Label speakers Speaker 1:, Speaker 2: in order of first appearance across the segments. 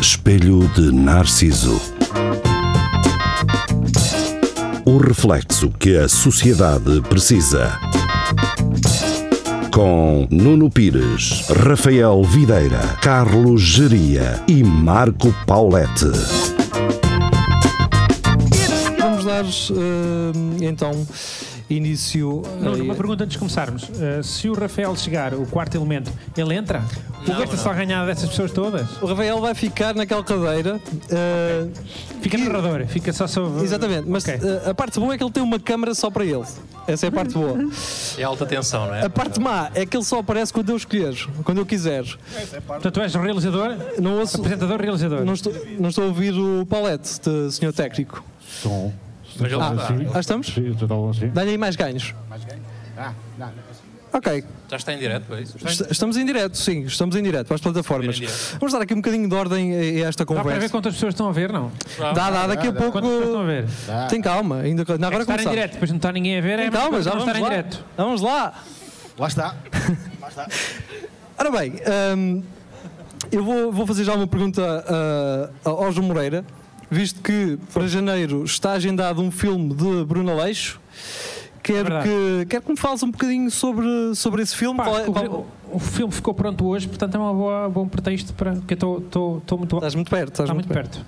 Speaker 1: Espelho de Narciso. O reflexo que a sociedade precisa. Com Nuno Pires, Rafael Videira, Carlos Geria e Marco Paulette.
Speaker 2: Vamos dar eh, então início.
Speaker 3: Não,
Speaker 2: a-
Speaker 3: uma pergunta antes de começarmos. Uh, se o Rafael chegar, o quarto elemento, ele entra? o Guetta está ganhado dessas pessoas todas?
Speaker 2: O Rafael vai ficar naquela cadeira. eh,
Speaker 3: Fica narrador, fica só sobre.
Speaker 2: Exatamente, mas
Speaker 3: Ok.
Speaker 2: eh, a parte boa é que ele tem uma câmara só para ele. Essa é a parte boa.
Speaker 4: É alta tensão, não é?
Speaker 2: A parte má é que ele só aparece quando eu escolher, quando eu quiser.
Speaker 3: Portanto, tu és realizador,
Speaker 2: Não ouço.
Speaker 3: apresentador, realizador.
Speaker 2: Não estou, não estou a ouvir o palete, de senhor técnico.
Speaker 5: Estou.
Speaker 4: Mas ele
Speaker 2: Ah,
Speaker 4: está.
Speaker 2: ah, estamos?
Speaker 5: Sim, estou assim.
Speaker 2: Dá-lhe aí mais ganhos. Ah, é Ok,
Speaker 4: Já está em direto, é isso?
Speaker 2: est- estamos em direto, sim, estamos em direto para as plataformas.
Speaker 4: Em direto.
Speaker 2: Vamos dar aqui um bocadinho de ordem a a esta
Speaker 3: Dá para ver
Speaker 2: conversa.
Speaker 3: quantas pessoas estão a ver, não?
Speaker 2: Dá, dá, daqui a pouco.
Speaker 3: Quantas pessoas estão a ver?
Speaker 2: Tem calma, ainda ainda agora
Speaker 3: estar em
Speaker 2: começamos.
Speaker 3: direto, depois não está ninguém a ver,
Speaker 2: Tem
Speaker 3: é a mesma
Speaker 2: calma,
Speaker 3: coisa
Speaker 2: Então, já
Speaker 3: que não
Speaker 2: vamos
Speaker 3: estar
Speaker 2: lá.
Speaker 3: em direto.
Speaker 2: Vamos lá.
Speaker 6: Lá está.
Speaker 2: Ora bem, hum, eu vou, vou fazer já uma pergunta ah, ao João Moreira, visto que para janeiro está agendado um filme de Bruno Aleixo. Quero,
Speaker 3: Verdade.
Speaker 2: que, quero que me fales um bocadinho sobre, sobre esse filme.
Speaker 3: Pá,
Speaker 2: Qual é-
Speaker 3: o-
Speaker 2: qual-
Speaker 3: o, o filme ficou pronto hoje, portanto é um bom pretexto para. Porque eu estou- estou muito.
Speaker 2: Estás muito perto, estás
Speaker 3: Está
Speaker 2: muito,
Speaker 3: muito
Speaker 2: perto.
Speaker 3: perto.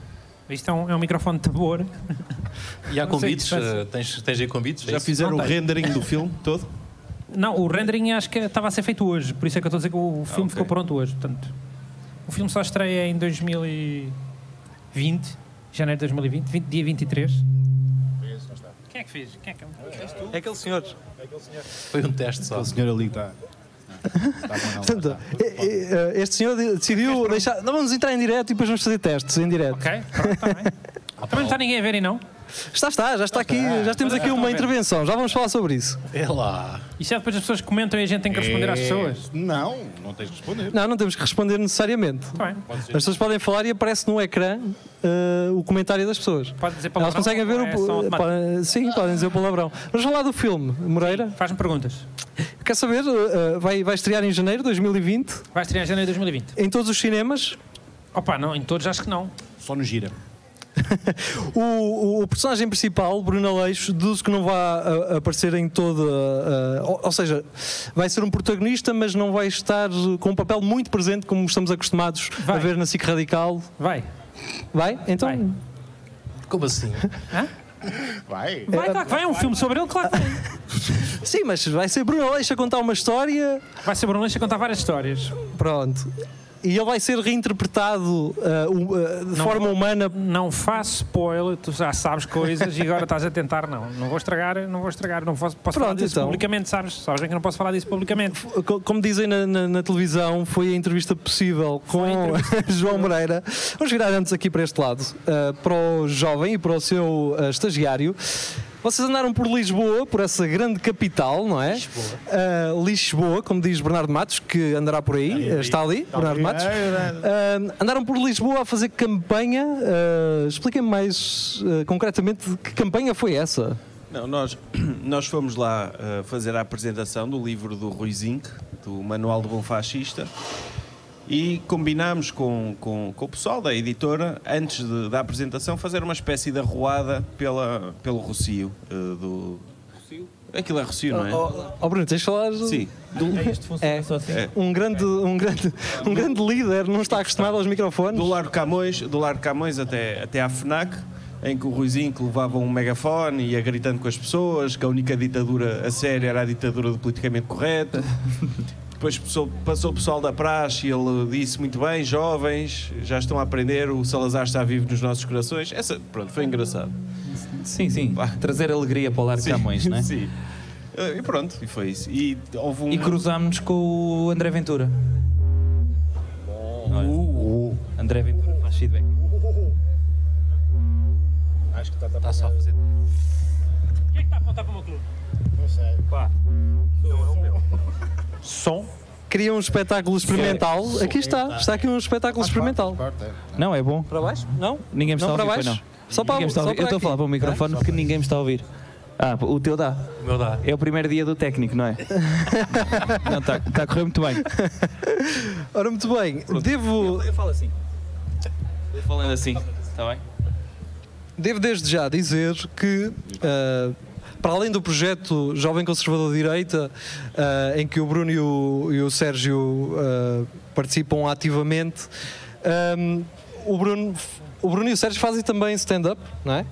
Speaker 3: Isto é um, é um microfone de tabor.
Speaker 4: E há
Speaker 3: Não sei,
Speaker 4: convites?
Speaker 3: distância.
Speaker 4: eh, Tens, tens aí convites?
Speaker 6: Já fizeram o rendering do filme todo?
Speaker 3: Não, o rendering acho que estava a ser feito hoje, por isso é que eu estou a dizer que o filme
Speaker 4: ok.
Speaker 3: ficou pronto hoje. Portanto, o filme só estreia em 2020, janeiro de 2020, 20, dia 23. Quem é que fez? Quem é que...
Speaker 2: É aquele senhor.
Speaker 4: Foi um teste só.
Speaker 6: O senhor ali está.
Speaker 2: Portanto, eh, eh, este senhor de- decidiu deixar. Não vamos entrar em direto e depois vamos fazer testes em direto.
Speaker 3: Então, Ok, pronto, está bem. Também não está ninguém a ver e não.
Speaker 2: Está, está, já está aqui, já temos aqui uma intervenção, já vamos falar sobre isso.
Speaker 4: É lá.
Speaker 3: Isso é depois as pessoas comentam e a gente tem que responder
Speaker 7: É.
Speaker 3: às pessoas.
Speaker 6: Não, não tens de responder.
Speaker 2: Não, não temos que responder necessariamente.
Speaker 3: Está Tá bem.
Speaker 2: As pessoas podem falar e aparece no ecrã eh, o comentário das pessoas.
Speaker 3: Pode dizer palavrão,
Speaker 2: Elas conseguem ver
Speaker 3: ou
Speaker 2: o.
Speaker 3: é só automático?
Speaker 2: podem- sim, podem dizer o palavrão. Vamos falar do filme, Moreira.
Speaker 3: Faz-me perguntas.
Speaker 2: Quer saber? eh, vai, vai estrear em janeiro de 2020
Speaker 3: Vai estrear em janeiro de 2020.
Speaker 2: em todos os cinemas.
Speaker 3: Opa, não, em todos acho que não.
Speaker 6: Só no gira.
Speaker 2: O, o- o personagem principal, Bruno Aleixo, deduzo que não vai ah, aparecer em toda. ah, ou, ou seja, vai ser um protagonista, mas não vai estar eh, com um papel muito presente como estamos acostumados a
Speaker 3: Vai.
Speaker 2: ver na SIC Radical.
Speaker 3: Vai.
Speaker 2: Vai? Então.
Speaker 3: Vai.
Speaker 4: Como assim?
Speaker 6: Vai.
Speaker 3: Vai, claro que vai. É um filme sobre ele, claro que vai.
Speaker 2: Sim, mas vai ser Bruno Aleixo a contar uma história.
Speaker 3: Vai ser Bruno Leixo a contar várias histórias.
Speaker 2: Pronto. E ele vai ser reinterpretado ah, um, ah, de
Speaker 3: Não
Speaker 2: forma
Speaker 3: vou-
Speaker 2: humana.
Speaker 3: Não faço spoiler, tu já sabes coisas e agora estás a tentar, não. Não vou estragar, não vou estragar, não posso, posso falar
Speaker 2: Pronto,
Speaker 3: disso
Speaker 2: então.
Speaker 3: publicamente, sabes? Sabes bem que não posso falar disso publicamente.
Speaker 2: Co- Como dizem na, na- na televisão, foi a entrevista possível com João Moreira. Vamos virar antes aqui para este lado, ah, para o jovem e para o seu ah, estagiário. Vocês andaram por Lisboa, por essa grande capital, não é? Lisboa. Lisboa, como diz Bernardo Matos, que andará por aí, ah, está ali, É, Bernardo Matos. Ah, andaram por Lisboa a fazer campanha. ah, Expliquem-me mais ah, concretamente que campanha foi essa?
Speaker 7: Não, nós, nós fomos lá eh, fazer a apresentação do livro do Rui Zinck, do Manual do Bom Fascista, e combinámos com, com, com o pessoal da editora, antes de- da apresentação, fazer uma espécie de arruada pela, pelo Rocio. eh, do... Aquilo é Rocio, não é?
Speaker 2: Ó oh, Bruno, tens de falar.
Speaker 7: Sim. Do,
Speaker 2: É,
Speaker 7: assim?
Speaker 2: um grande, um grande, um grande líder não está acostumado aos microfones.
Speaker 7: do Largo Camões, do Largo Camões até, até à FNAC, em que o Ruizinho que levava um megafone e ia gritando com as pessoas, que a única ditadura a sério era a ditadura do politicamente correto. Depois passou, passou o pessoal da praxe e ele disse muito bem, jovens, já estão a aprender, o Salazar está vivo nos nossos corações. Essa, pronto, foi engraçado.
Speaker 8: Sim, sim.
Speaker 7: Pá.
Speaker 8: Trazer alegria para o Lar de Camões, né?
Speaker 7: Sim. Eh, E pronto, e foi isso. E houve um...
Speaker 8: E cruzámos-nos com o André Ventura. Olha. Uh. André Ventura faz feedback.
Speaker 4: Está só a fazer.
Speaker 3: Quem é que está a apontar para o meu clube?
Speaker 8: Som?
Speaker 2: Cria um espetáculo experimental. Aqui está, está aqui um espetáculo experimental.
Speaker 8: Não, é bom.
Speaker 2: Para baixo? Não?
Speaker 8: Ninguém me está
Speaker 2: Não
Speaker 8: a
Speaker 2: para
Speaker 8: ouvir,
Speaker 2: baixo?
Speaker 8: foi, não.
Speaker 2: Só para
Speaker 8: Ninguém me está a
Speaker 2: só
Speaker 8: ouvir. então, Eu estou a
Speaker 2: aqui.
Speaker 8: falar para o microfone porque ninguém me está a ouvir. Ah, o teu dá.
Speaker 4: O meu dá.
Speaker 8: É o primeiro dia do técnico, não é? não, tá, está está a correr muito bem.
Speaker 2: Ora, muito bem. Devo.
Speaker 8: Eu falo assim.
Speaker 5: Falando assim, está bem?
Speaker 2: Devo desde já dizer que, ah, para além do projeto Jovem Conservador de Direita, ah, em que o Bruno e o, e o Sérgio ah, participam ativamente, ahm, o, Bruno, o Bruno e o Sérgio fazem também stand-up, não é?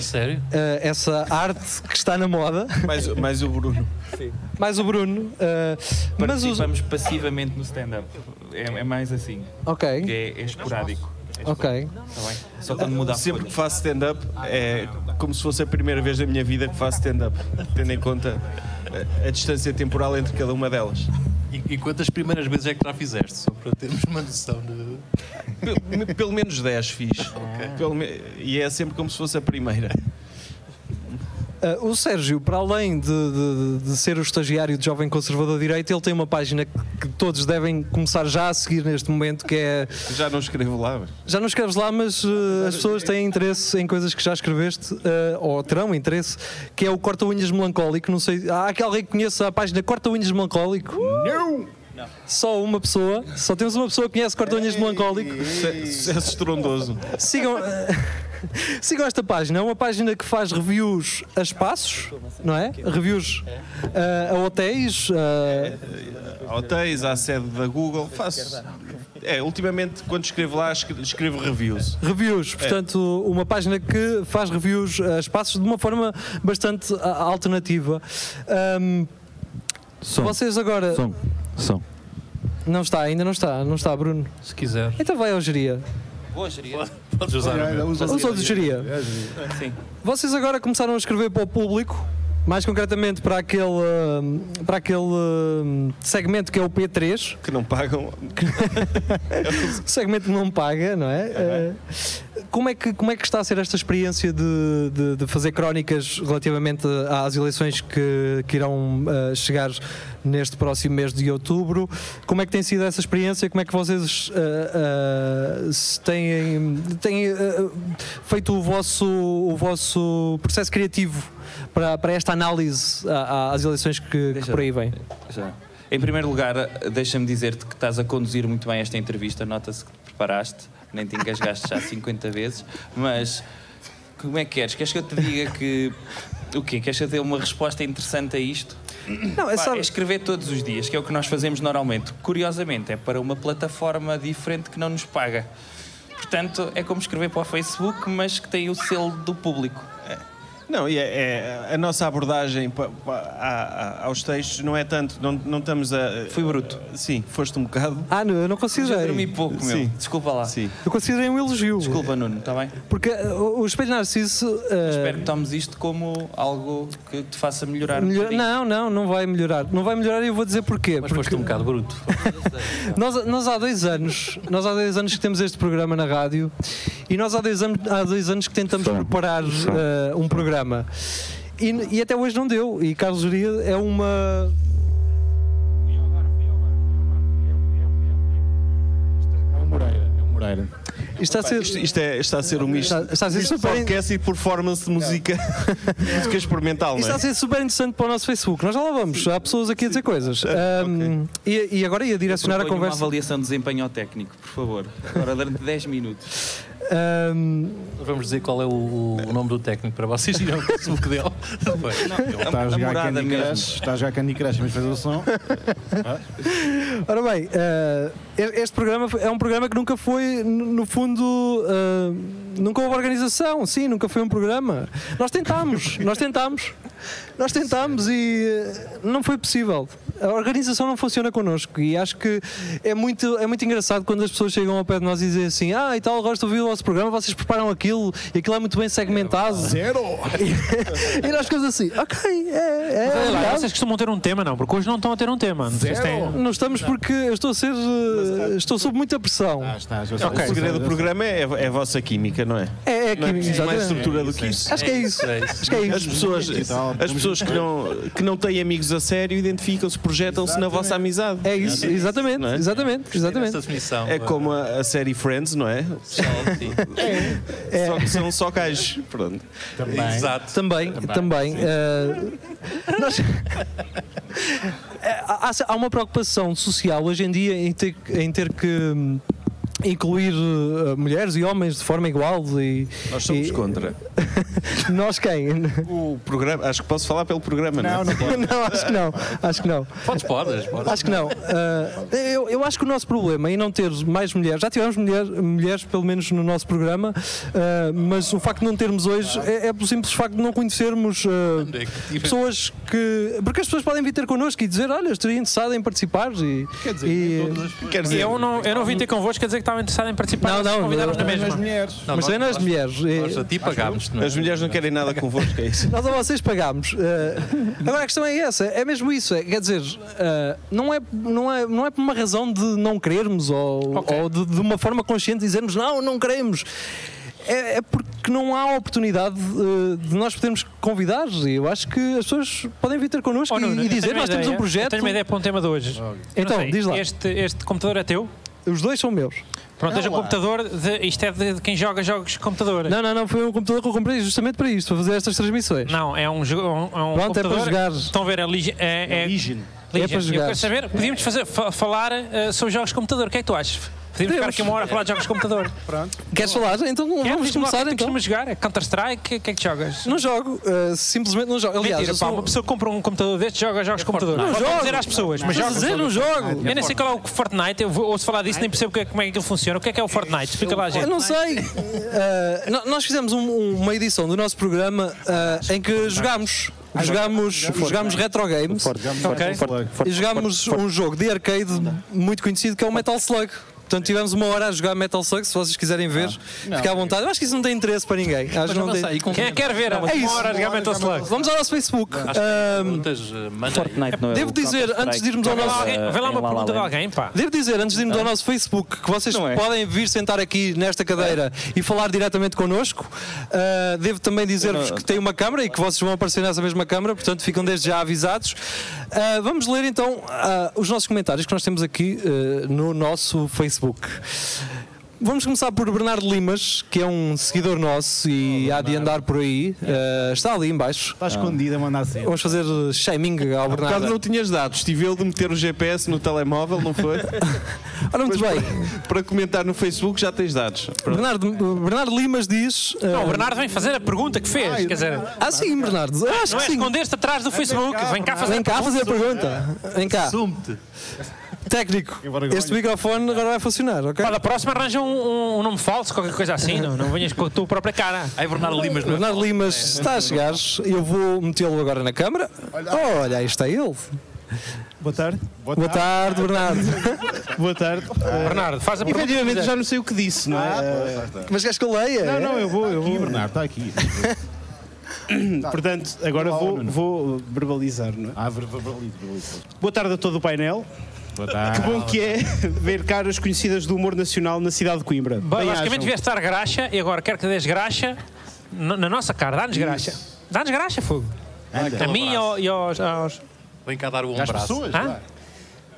Speaker 4: Sério?
Speaker 2: Ah, essa arte que está na moda,
Speaker 7: Mais, mais o Bruno.
Speaker 2: mais o Bruno. ah, mas os.
Speaker 5: Participamos passivamente no stand-up. É, é mais assim. que
Speaker 2: Ok,
Speaker 5: É, é esporádico. É esporádico,
Speaker 2: ok.
Speaker 5: Tá bem? Só quando muda a
Speaker 7: Sempre
Speaker 5: folha.
Speaker 7: que faço stand-up é como se fosse a primeira vez da minha vida que faço stand-up, tendo em conta a, a distância temporal entre cada uma delas.
Speaker 4: E, e quantas primeiras vezes é que já fizeste? Só para termos uma noção de.
Speaker 7: Pelo, pelo menos 10 fiz. Pelo me- e é sempre como se fosse a primeira.
Speaker 2: Ah, o Sérgio, para além de, de- de ser o estagiário de Jovem Conservador de Direito, ele tem uma página que que todos devem começar já a seguir neste momento, que é.
Speaker 7: Já não escrevo lá. mas-
Speaker 2: Já não escreves lá, mas ah, as pessoas têm interesse em coisas que já escreveste, ah, ou terão interesse, que é o Corta Unhas Melancólico. Não sei. Há aqui alguém que conheça a página Corta Unhas Melancólico? Não! Só uma pessoa, só temos uma pessoa que conhece Corta Unhas Melancólico.
Speaker 7: Suce- Sucesso é, estrondoso.
Speaker 2: Sigam, sigam esta página. É uma página que faz reviews a espaços, não é? Reviews ah, a hotéis. ah,
Speaker 7: Há hotéis, à sede da Google. Faço. É, ultimamente, quando escrevo lá, escre- escrevo reviews.
Speaker 2: Reviews, portanto, uma página que faz reviews a espaços de uma forma bastante ah, alternativa. Ahm,
Speaker 9: Som,
Speaker 2: vocês agora.
Speaker 9: som, som.
Speaker 2: Não está, ainda não está, não está, Bruno.
Speaker 4: Se quiser.
Speaker 2: Então vai ao geria.
Speaker 5: Boa, geria.
Speaker 4: Podes usar. é?
Speaker 10: Olha, usa-
Speaker 2: Os outros geria.
Speaker 5: Sim.
Speaker 2: Vocês agora começaram a escrever para o público, mais concretamente para aquele, hum, para aquele hum, segmento que é o P3,
Speaker 7: Que não pagam.
Speaker 2: o segmento que não paga, não é? Eh, como, é que, como é que está a ser esta experiência de, de- de fazer crónicas relativamente às eleições que, que irão eh, chegar neste próximo mês de outubro? Como é que tem sido essa experiência? Como é que vocês eh, eh, se têm, têm eh, feito o vosso, o vosso processo criativo para, para esta análise a- a- às eleições que, que
Speaker 5: Deixa-
Speaker 2: por aí vêm?
Speaker 5: Já. Em primeiro lugar, deixa-me dizer-te que estás a conduzir muito bem esta entrevista. Nota-se que te preparaste, nem te engasgaste já 50 vezes. Mas como é que queres? Queres que eu te diga que. O quê? Queres que eu te dê uma resposta interessante a isto?
Speaker 2: Não, é
Speaker 5: Pá,
Speaker 2: só-
Speaker 5: é escrever todos os dias, que é o que nós fazemos normalmente. Curiosamente, é para uma plataforma diferente que não nos paga. Portanto, é como escrever para o Facebook, mas que tem o selo do público.
Speaker 7: Não, e é, é- a nossa abordagem pa- pa- a- a- aos textos não é tanto. Não, não estamos a.
Speaker 5: Fui bruto.
Speaker 7: Sim, foste um bocado.
Speaker 2: Ah, não, eu não
Speaker 5: Já
Speaker 2: considerei.
Speaker 5: dormi pouco, meu.
Speaker 7: Sim.
Speaker 5: Desculpa lá.
Speaker 7: Sim.
Speaker 2: Eu considerei um elogio.
Speaker 5: Desculpa, Nuno, está bem?
Speaker 2: Porque eh, o o espelho narciso. eh,
Speaker 5: Espero que tomes isto como algo que te faça melhorar. um
Speaker 2: melhor-
Speaker 5: bocadinho.
Speaker 2: Não, não, não vai melhorar. Não vai melhorar e eu vou dizer porquê.
Speaker 4: Mas
Speaker 2: Porque
Speaker 4: foste um bocado bruto.
Speaker 2: nós, nós há dois anos, nós há dois anos que temos este programa na rádio e nós há dois, anos- há dois anos que tentamos preparar eh, um programa. E, e até hoje não deu. E Carlos Juria é uma.
Speaker 10: Moreira.
Speaker 2: Isto está a ser.
Speaker 7: Isto, isto é, está a ser um misto.
Speaker 2: Está, está a ser
Speaker 7: Isto
Speaker 2: super.
Speaker 7: podcast e performance de música, música experimental,
Speaker 2: Isto
Speaker 7: não
Speaker 2: está
Speaker 7: é?
Speaker 2: a ser super interessante para o nosso Facebook. Nós já lá vamos. Há pessoas aqui a dizer coisas. Ahm, e, e agora ia direcionar a
Speaker 5: Proponho
Speaker 2: conversa.
Speaker 5: Uma avaliação de desempenho ao técnico, por favor. Agora, durante 10 minutos.
Speaker 2: Ahm,
Speaker 4: Vamos dizer qual é o, o nome do técnico para vocês irem ao Facebook dele. Depois.
Speaker 10: Está a jogar
Speaker 5: namorada
Speaker 10: Candy
Speaker 5: mesmo.
Speaker 10: Crush. Está a jogar Candy Crush, mas fez o som.
Speaker 2: Ora bem, eh, este programa é um programa que nunca foi, no no fundo, eh, nunca houve organização, sim, nunca foi um programa. Nós tentámos, nós tentámos, nós tentámos e eh, não foi possível. A organização não funciona connosco e acho que é muito, é muito engraçado quando as pessoas chegam ao pé de nós e dizem assim: Ah, e tal, gosto de ouvir o vosso programa, vocês preparam aquilo e aquilo é muito bem segmentado.
Speaker 10: Zero!
Speaker 2: e nós ficamos assim: Ok, é, é,
Speaker 11: Olha lá,
Speaker 2: verdade."
Speaker 11: vocês costumam ter um tema, não? Porque hoje não estão a ter um tema. Vocês têm...
Speaker 2: Não estamos porque eu estou a ser. eh, estou sob muita pressão.
Speaker 10: Ah, está. já
Speaker 7: O
Speaker 10: sei.
Speaker 7: segredo do programa é, é a vossa química, não é?
Speaker 2: É, é aqui,
Speaker 7: Não é preciso mais
Speaker 2: exatamente.
Speaker 7: estrutura do que isso.
Speaker 2: Acho que é isso. Acho que é
Speaker 7: As
Speaker 2: isso.
Speaker 7: pessoas, as pessoas que, não, que não têm amigos a sério identificam-se, projetam-se na vossa amizade.
Speaker 2: É isso, exatamente,
Speaker 7: Não é?
Speaker 2: exatamente, exatamente.
Speaker 4: Essa definição.
Speaker 7: É como a, a série Friends, não é?
Speaker 4: Pessoal, tipo, sim.
Speaker 2: É.
Speaker 7: Só que são só gajos. Pronto.
Speaker 4: Exato.
Speaker 2: Também, também. eh, nós- Eh, há, há uma preocupação social hoje em dia em ter, em ter que hum, incluir eh, mulheres e homens de forma igual e
Speaker 12: Nós somos
Speaker 2: e-
Speaker 12: contra.
Speaker 2: nós quem?
Speaker 7: O programa, acho que posso falar pelo programa, não, é?
Speaker 2: não, acho que não. Acho que não.
Speaker 4: Podes, podes, podes.
Speaker 2: Acho que não. Ah, eu, eu acho que o nosso problema em não ter mais mulheres, já tivemos mulher- mulheres, pelo menos no nosso programa, ah, mas o facto de não termos hoje é, é pelo simples facto de não conhecermos ah,
Speaker 4: Onde é que tira?
Speaker 2: pessoas que. Porque as pessoas podem vir ter connosco e dizer: Olha, estaria interessado em participar. E, Quer dizer,
Speaker 7: Quer dizer,
Speaker 3: Eu não, eu não vim ter convosco, quer dizer que estava interessado em participar.
Speaker 2: Não,
Speaker 3: mas
Speaker 2: não,
Speaker 3: Convidaram-nos na
Speaker 2: não,
Speaker 3: mesma.
Speaker 10: As mulheres.
Speaker 4: Não,
Speaker 2: mas
Speaker 4: nós-
Speaker 2: é nas
Speaker 4: nós-
Speaker 2: mulheres.
Speaker 4: Nós
Speaker 2: e-
Speaker 4: a ti pagámos, não é?
Speaker 7: as mulheres não querem nada convosco, é isso?
Speaker 2: Nós a vocês pagámos. Eh, agora a questão é essa, é mesmo isso. é, quer dizer, eh, não, é, não, é, não é por uma razão de não querermos ou,
Speaker 3: Ok.
Speaker 2: ou de, de uma forma consciente dizermos não, não queremos. É, é porque não há oportunidade eh, de nós podermos convidar. E eu acho que as pessoas podem vir ter connosco
Speaker 3: Oh, Nuno,
Speaker 2: e, e
Speaker 3: eu
Speaker 2: dizer
Speaker 3: tenho uma
Speaker 2: nós temos
Speaker 3: ideia,
Speaker 2: um projeto.
Speaker 3: Eu tenho uma ideia para um tema de hoje.
Speaker 2: Então,
Speaker 3: Não sei,
Speaker 2: diz lá.
Speaker 3: Este, este computador é teu?
Speaker 2: Os dois são meus.
Speaker 3: Pronto, tens um computador. De, isto é de, de quem joga jogos de computador.
Speaker 2: Não, não, não, foi um computador que eu comprei justamente para isto, para fazer estas transmissões.
Speaker 3: Não, é um, jo- é um, é um
Speaker 2: Pronto, é para
Speaker 3: computador.
Speaker 2: jogar.
Speaker 3: Estão a ver, é, lige- é, é,
Speaker 2: É para
Speaker 3: Eu
Speaker 2: jogar.
Speaker 3: quero saber, podíamos fazer, fa- falar eh, sobre jogos de computador. O que é que tu achas? Podíamos ficar aqui uma hora a falar de jogos de computador.
Speaker 2: Queres falar? Então vamos
Speaker 3: Diz-me
Speaker 2: começar
Speaker 3: lá, O que é que tu
Speaker 2: então.
Speaker 3: costumas jogar? É Counter-Strike? O que é que jogas?
Speaker 2: Não jogo, eh, simplesmente não jogo. Aliás,
Speaker 3: Mentira,
Speaker 2: eu
Speaker 3: pá,
Speaker 2: sou-
Speaker 3: uma pessoa que compra um computador deste joga jogos de computador.
Speaker 2: Não
Speaker 3: Pode
Speaker 2: jogo.
Speaker 3: dizer às pessoas, mas
Speaker 2: Estás a
Speaker 3: joga.
Speaker 2: dizer, não jogo.
Speaker 3: Eu nem sei qual é o Fortnite, eu vou- ouço falar disso, nem percebo que é- como é que aquilo funciona. O que é que é o Fortnite? Explica lá,
Speaker 2: Eu
Speaker 3: gente.
Speaker 2: não sei. Eh, no- nós fizemos um- um- uma edição do nosso programa eh, em que jogámos. Ah, Jogámos, Um jogámos retro games
Speaker 3: Ok.
Speaker 2: e jogámos um jogo de arcade muito conhecido que é o Metal Slug. Portanto, tivemos uma hora a jogar Metal Slug. Se vocês quiserem ver, fiquem à vontade. Eu acho que isso Ah. não tem interesse para ninguém. Acho que não tem-
Speaker 3: Quem é que quer ver?
Speaker 2: É
Speaker 3: Uma
Speaker 2: isso.
Speaker 3: hora a jogar Metal Slug.
Speaker 2: Vamos ao nosso Facebook. Ahm,
Speaker 4: Perguntas, eh, manda aí.
Speaker 8: Fortnite não é
Speaker 2: Devo
Speaker 8: o
Speaker 2: dizer,
Speaker 5: um
Speaker 8: Counter-Strike.
Speaker 2: antes de irmos ao
Speaker 3: Vê lá
Speaker 2: nosso.
Speaker 3: alguém- Vê lá uma pergunta de alguém, pá.
Speaker 2: Devo dizer, antes de irmos ao nosso Facebook, que vocês
Speaker 8: Não é.
Speaker 2: podem vir sentar aqui nesta cadeira e falar diretamente connosco. Uh, devo também dizer-vos que tem uma câmara e que vocês vão aparecer nessa mesma câmara, portanto ficam desde já avisados. Uh, vamos ler então ah, os nossos comentários que nós temos aqui eh, no nosso Facebook. Vamos começar por Bernardo Limas, que é um seguidor nosso e há de andar por aí. Eh, está ali em baixo.
Speaker 10: Está escondida a mandar cedo.
Speaker 2: Vamos fazer shaming ao
Speaker 7: Por causa
Speaker 2: Bernardo.
Speaker 7: não tinhas dados, tive eu de meter o GPS no telemóvel, não foi?
Speaker 2: Ora, Ah, muito bem.
Speaker 7: Para comentar no Facebook já tens dados.
Speaker 2: Bernardo, Bernardo Limas diz. eh,
Speaker 3: Não, o Bernardo vem fazer a pergunta que fez. Quer dizer,
Speaker 2: Ah, sim, Bernardo. Eu acho
Speaker 3: não
Speaker 2: que
Speaker 3: é
Speaker 2: sim.
Speaker 3: esconder-te atrás do Facebook. Vem cá fazer
Speaker 2: Vem cá fazer a pergunta. Vem cá.
Speaker 4: Assume-te.
Speaker 2: Técnico, este microfone agora vai funcionar, ok?
Speaker 3: Olha, a próxima arranja um, um- um nome falso, qualquer coisa assim, não, não venhas com a tua própria cara.
Speaker 4: Aí, Bernardo Limas, não é?
Speaker 2: Bernardo Limas, se está a chegar, eu vou metê-lo agora na câmara. Oh, olha, aí está ele.
Speaker 13: Boa tarde.
Speaker 2: Boa tarde, Bernardo.
Speaker 13: Boa tarde.
Speaker 4: é?
Speaker 3: Bernardo, faz a pergunta.
Speaker 13: Efetivamente já não sei.
Speaker 10: Ah,
Speaker 2: Mas queres que eu leia?
Speaker 13: Não,
Speaker 10: então
Speaker 13: não, eu vou, eu vou.
Speaker 10: Bernardo, é, eh, está aqui.
Speaker 13: Portanto, agora vou, vou verbalizar, não é?
Speaker 10: Ah, ver- ver- verbalizo, verbalizo.
Speaker 13: Boa tarde a todo o painel.
Speaker 10: Boa tarde.
Speaker 13: Que bom que é ver caras conhecidas do humor nacional na cidade de Coimbra. Bem,
Speaker 3: Basicamente
Speaker 13: acham.
Speaker 3: devias estar graxa e agora quero que dês graxa na, na nossa cara. Dá-nos graxa. Dá-nos graxa, Fogo. a mim e ao- e aos. aos-
Speaker 4: Vem cá dar um o ombro.
Speaker 3: Hã?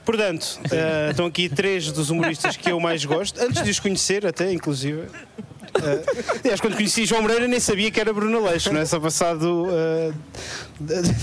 Speaker 13: Portanto, eh, estão aqui três dos humoristas que eu mais gosto, antes de os conhecer até, inclusive. Eh, aliás, quando conheci João Moreira nem sabia que era Bruno Leixo, não é? Só passado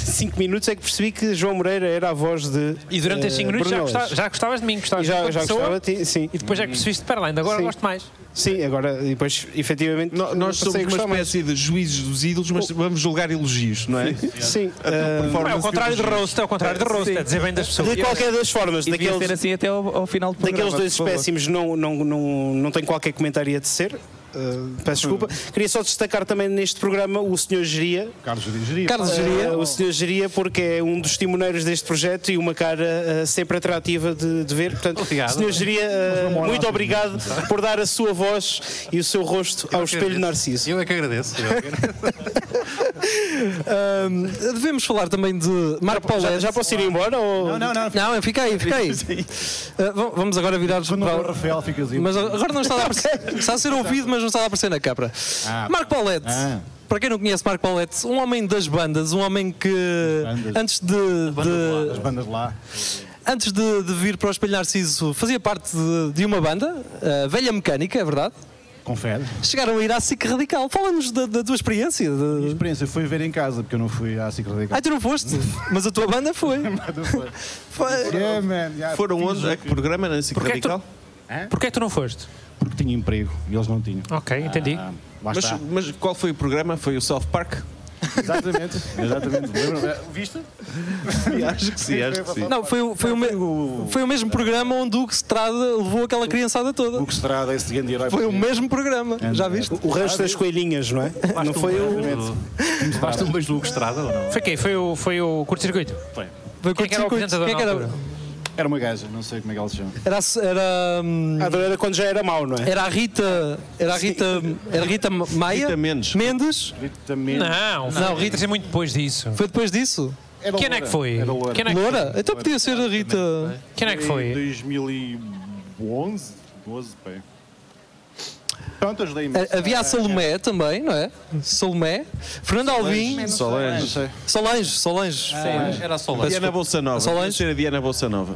Speaker 13: 5 minutos é que percebi que João Moreira era a voz de
Speaker 3: E durante
Speaker 13: eh,
Speaker 3: esses 5 minutos já,
Speaker 13: Bruno
Speaker 3: gosta-
Speaker 13: Leixo.
Speaker 3: já gostavas de mim, gostavas
Speaker 13: E
Speaker 3: de
Speaker 13: já,
Speaker 3: outra
Speaker 13: já
Speaker 3: pessoa,
Speaker 13: gostava, ti- sim.
Speaker 3: E depois é que percebeste, para lá, ainda agora
Speaker 13: Sim.
Speaker 3: gosto mais.
Speaker 13: Sim, agora, e depois, efetivamente.
Speaker 7: No- nós
Speaker 13: passei a
Speaker 7: somos uma
Speaker 13: gostar mais.
Speaker 7: espécie de juízes dos ídolos, mas vamos julgar elogios, não é?
Speaker 13: Sim. eh,
Speaker 3: Não, é o contrário de roast, é o contrário de roast, é dizer bem das pessoas.
Speaker 13: de qualquer das formas,
Speaker 8: E devia ser
Speaker 13: daqueles,
Speaker 8: assim até ao, ao final do programa.
Speaker 13: daqueles dois
Speaker 8: por favor.
Speaker 13: espécimes não, não, não, não tenho qualquer comentário a tecer. eh, peço desculpa. Queria só destacar também neste programa o Sr. Geria.
Speaker 10: Carlos Dirigeria.
Speaker 2: Carlos Geria.
Speaker 13: Eh, o Sr. Geria, porque é um dos timoneiros deste projeto e uma cara eh, sempre atrativa de, de ver. Portanto,
Speaker 4: Obrigado.
Speaker 13: Sr. Geria, eh, muito obrigado por dar a sua voz e o seu rosto ao espelho Narciso.
Speaker 4: Eu é que agradeço. eu é que agradeço.
Speaker 2: Ahm, devemos falar também de Marco
Speaker 13: Já,
Speaker 2: Paulette.
Speaker 13: já posso ir embora? Ou...
Speaker 10: Não, não,
Speaker 2: Não, fica aí, fica aí. Ah, va- vamos agora virar
Speaker 10: Quando não
Speaker 2: para-
Speaker 10: vê o Rafael, assim, ficas aí.
Speaker 2: Mas agora não está a aparecer. Está a ser ouvido, mas não está a aparecer na câmara.
Speaker 10: Ah.
Speaker 2: Marco Paulette.
Speaker 10: Ah.
Speaker 2: Para quem não conhece Marco Paulette, um homem das bandas, um homem que
Speaker 10: bandas.
Speaker 2: antes de, de-
Speaker 10: As bandas lá.
Speaker 2: antes de, de vir para o Espelho Narciso fazia parte de, de uma banda, a Velha Mecânica, é verdade?
Speaker 10: Confere.
Speaker 2: Chegaram a ir à SIC Radical. Fala-nos da, da tua experiência.
Speaker 10: A minha
Speaker 2: de-
Speaker 10: experiência foi ver em casa, porque eu não fui à Secretaria.
Speaker 5: Ah,
Speaker 2: Ai,
Speaker 5: então,
Speaker 2: tu não foste, mas a tua banda foi. Foi-
Speaker 10: Yeah, É, man, yeah.
Speaker 5: um
Speaker 7: Foram onde? A que programa na SIC
Speaker 3: Porquê é que tu-
Speaker 7: Radical?
Speaker 3: Porquê é que tu não foste?
Speaker 10: Porque tinha emprego e eles não tinham.
Speaker 3: Ok, entendi.
Speaker 10: Ah, lá
Speaker 7: Mas,
Speaker 10: está.
Speaker 7: mas qual foi o programa? Foi o South Park?
Speaker 10: Exatamente, exatamente. Lembra- Viste?
Speaker 7: acho que sim, acho que sim.
Speaker 2: Não, foi, o- foi, o, me- foi o mesmo programa onde o Estrada levou aquela criançada toda.
Speaker 10: O que Estrada, esse grande herói.
Speaker 5: um
Speaker 2: Foi o mesmo programa, já viste?
Speaker 13: O rancho das coelhinhas, não é? Não foi o.
Speaker 4: Basta um beijo do estrada ou não?
Speaker 3: Foi quem? Foi o, foi o curto-circuito?
Speaker 2: Foi
Speaker 3: Quem é que era o
Speaker 2: curto-circuito.
Speaker 3: apresentador
Speaker 2: Quem é que era?
Speaker 3: na
Speaker 10: Era uma gaja, não sei como é que ela se chama.
Speaker 2: Era, a- era, hum,
Speaker 13: A dor era quando já era mau, não é?
Speaker 2: era a Rita. Era a Rita. Era a Rita Maia?
Speaker 7: Rita Mendes.
Speaker 2: Mendes?
Speaker 10: Vitamina.
Speaker 3: Não, não, Rita é muito depois disso.
Speaker 2: Foi depois disso?
Speaker 10: Era
Speaker 3: Quem é que
Speaker 10: loura,
Speaker 3: foi?
Speaker 10: Era loura.
Speaker 3: Quem é que
Speaker 2: Loura? Então podia ser a Rita.
Speaker 3: Quem é que
Speaker 10: Em
Speaker 3: foi?
Speaker 10: 2011, 12, bem. Pronto, ajudei-me.
Speaker 2: A- Havia a Salomé também, não é? Salomé. Fernando Alvim.
Speaker 7: Solange.
Speaker 2: Solange, Solange.
Speaker 4: Ah, Era só lá.
Speaker 7: Diana Bolsa Nova.
Speaker 2: Solange?
Speaker 7: Devia ser a Diana Bolsa Nova.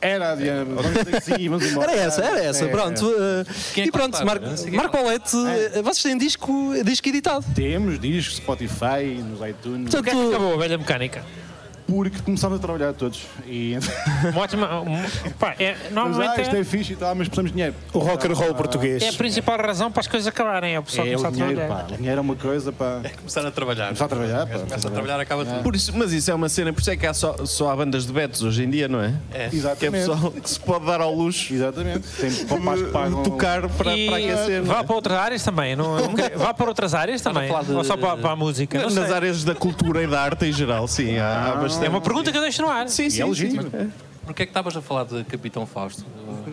Speaker 10: Era a Diana. Vamos dizer que sim, vamos embora.
Speaker 2: Era essa, era essa,
Speaker 10: É,
Speaker 2: pronto. eh,
Speaker 4: Quem é
Speaker 2: e
Speaker 4: que
Speaker 2: pronto,
Speaker 4: faltava?
Speaker 2: Marco,
Speaker 4: Não sei quem
Speaker 2: Marco Paulette, eh, vocês têm disco, disco editado.
Speaker 10: é. Temos discos, Spotify, nos iTunes.
Speaker 3: O que é que acabou a velha mecânica?
Speaker 10: Porque começámos a trabalhar todos. E
Speaker 3: Uma ótima. um- pá, é,
Speaker 10: mas, ah, isto
Speaker 3: normalmente
Speaker 10: é fixe e tal, mas precisamos de dinheiro.
Speaker 13: O rock and roll português.
Speaker 3: é a principal razão para as coisas acabarem. É o pessoal
Speaker 10: É
Speaker 3: começar
Speaker 10: o
Speaker 3: a
Speaker 10: dinheiro,
Speaker 3: trabalhar.
Speaker 10: pá. O dinheiro é uma coisa, pá.
Speaker 4: Começaram a trabalhar.
Speaker 10: Começar a trabalhar, pá.
Speaker 4: Começa a trabalhar, acaba tudo.
Speaker 7: Por isso, mas isso é uma cena, por isso é que há só, só há bandas de betos hoje em dia, não é?
Speaker 4: É.
Speaker 7: Que é
Speaker 10: Exatamente.
Speaker 7: pessoal que se pode dar ao luxo
Speaker 10: Exatamente. Tem papás que pagam.
Speaker 7: de tocar para,
Speaker 3: E
Speaker 7: para aquecer. não
Speaker 3: vá
Speaker 7: é?
Speaker 3: para outras áreas também. Não, não quer- vá para outras áreas também.
Speaker 4: falar de-
Speaker 3: Ou só para, para a música. Não
Speaker 7: Nas
Speaker 3: sei.
Speaker 7: áreas da cultura e da arte em geral, sim. Há bastante.
Speaker 3: É uma pergunta que eu deixo no ar.
Speaker 7: Sim, sim,
Speaker 10: E é legítimo.
Speaker 7: sim.
Speaker 4: Porquê é que estavas a falar de Capitão Fausto? Uh,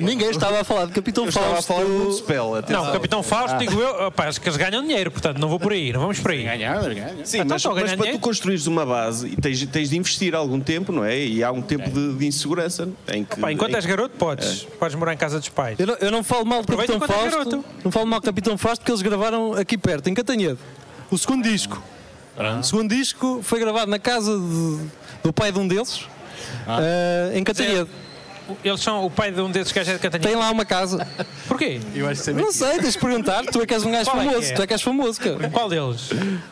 Speaker 2: Ninguém estava a falar de Capitão
Speaker 7: Estava a falar de um
Speaker 2: Fausto.
Speaker 7: spell, atenção.
Speaker 3: Não, Capitão Fausto, digo eu, opá, acho que eles ganham dinheiro, portanto não vou por aí, não vamos por aí.
Speaker 10: Ganhar, ganhar.
Speaker 7: Sim,
Speaker 3: Então,
Speaker 7: mas,
Speaker 3: estão a
Speaker 7: mas
Speaker 3: ganhar
Speaker 7: para tu
Speaker 3: dinheiro.
Speaker 7: construires uma base, e tens, tens de investir algum tempo, não é? E há um tempo de, de insegurança. é? Em que,
Speaker 3: Pá, enquanto
Speaker 7: em
Speaker 3: és garoto, podes, podes morar em casa dos pais.
Speaker 2: Eu não, eu não falo mal de
Speaker 3: Aproveita
Speaker 2: Capitão
Speaker 3: enquanto é
Speaker 2: Fausto.
Speaker 3: garoto.
Speaker 2: Não falo mal de Capitão Fausto porque eles gravaram aqui perto, em Catanhedo. O segundo disco. O segundo disco foi gravado na casa de- do pai de um deles, eh, em Catanhedo.
Speaker 3: Eles são o pai de um desses gajos de Catanha.
Speaker 2: Tem lá uma casa.
Speaker 3: Porquê?
Speaker 4: Eu acho que
Speaker 2: Não sei, tens de perguntar. Tu é que és um gajo
Speaker 3: é Qual é que
Speaker 2: famoso.
Speaker 3: é?
Speaker 2: Tu é que és famoso, cara.
Speaker 3: Qual deles?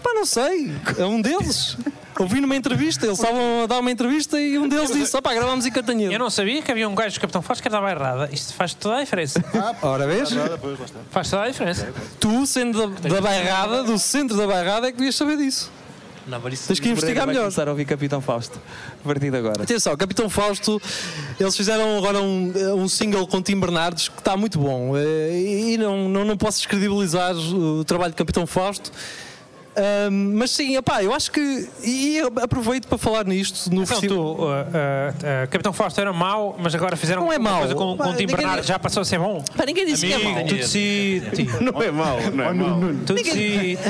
Speaker 2: Pá, não sei. É um deles. Ouvi numa entrevista, eles estavam a dar uma entrevista e um deles disse: opá, gravámos em
Speaker 3: Eu
Speaker 2: Catanhedo.
Speaker 3: não sabia que havia um gajo do Capitão Fausto que andava errada. Isto faz toda a diferença.
Speaker 2: Ora, vês?
Speaker 3: Faz toda a diferença.
Speaker 2: Tu, sendo da, da bairrada, do centro da bairrada, é que devias saber disso.
Speaker 4: Não, mas isso
Speaker 2: Tens que investigar
Speaker 8: vai
Speaker 2: melhor.
Speaker 8: começar a ouvir Capitão Fausto a partir de agora.
Speaker 2: Atenção, Capitão Fausto, eles fizeram agora um, um single com Tim Bernardes que está muito bom. eh, E não, não, não posso descredibilizar o trabalho de Capitão Fausto. Ahm, mas sim, epá, eu acho que. E eu aproveito para falar nisto no
Speaker 3: Então,
Speaker 2: festival.
Speaker 3: tu, uh, uh, uh, Capitão Fausto era mau, mas agora fizeram
Speaker 2: Não é
Speaker 3: uma
Speaker 2: mau.
Speaker 3: coisa com, com o Tim
Speaker 2: Ninguém-
Speaker 3: Bernardo, já passou a ser bom.
Speaker 2: Pá, ninguém disse que é mau.
Speaker 3: Tudo
Speaker 7: Não é mau, não é mau.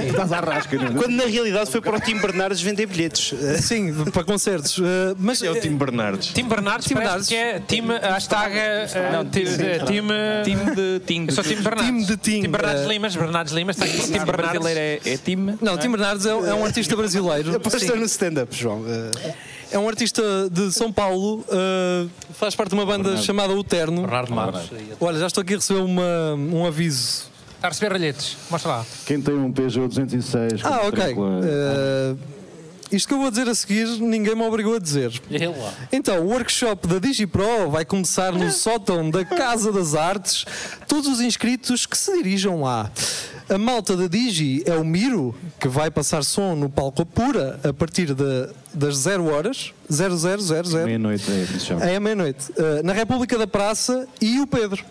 Speaker 10: Estás à rasca, não é?
Speaker 13: Quando na realidade foi para o Tim Bernardes vender bilhetes. Eh,
Speaker 2: Sim, para concertos. eh, mas
Speaker 7: É o Tim Bernardes.
Speaker 3: Tim Bernardes
Speaker 2: Tim
Speaker 3: parece que é Tim hashtag uh, ti- eh, Tim... eh,
Speaker 14: Time de Tim.
Speaker 3: Eu sou Tim Bernardes.
Speaker 2: Time de Tim.
Speaker 3: Tim Bernardes
Speaker 2: Eh,
Speaker 3: Limas, Bernardes Limas, está aqui Tim
Speaker 14: Tim
Speaker 3: Bernardes.
Speaker 14: brasileiro é, é time.
Speaker 2: Não, Tim Bernardes é, é um artista brasileiro.
Speaker 13: Apostou no stand-up, João. Eh,
Speaker 2: É um artista de São Paulo, eh, faz parte de uma banda chamada O Terno.
Speaker 4: Bernardo Marcos.
Speaker 2: Olha, já estou aqui a receber uma, um aviso.
Speaker 3: Está a receber ralhetes, mostra lá.
Speaker 10: Quem tem um Peugeot 206 com
Speaker 2: Ah, ok.
Speaker 10: matrícula-
Speaker 2: Eh, isto que eu vou dizer a seguir, ninguém me obrigou a dizer.
Speaker 4: é Ele lá.
Speaker 2: Então, o workshop da DigiPro vai começar no sótão da Casa das Artes. Todos os inscritos que se dirijam lá. A malta da Digi é o Miro, que vai passar som no palco Pura a partir de- das 0 horas. 0000.
Speaker 10: Meia-noite é, que se chama.
Speaker 2: É à meia-noite. eh, na República da Praça e o Pedro.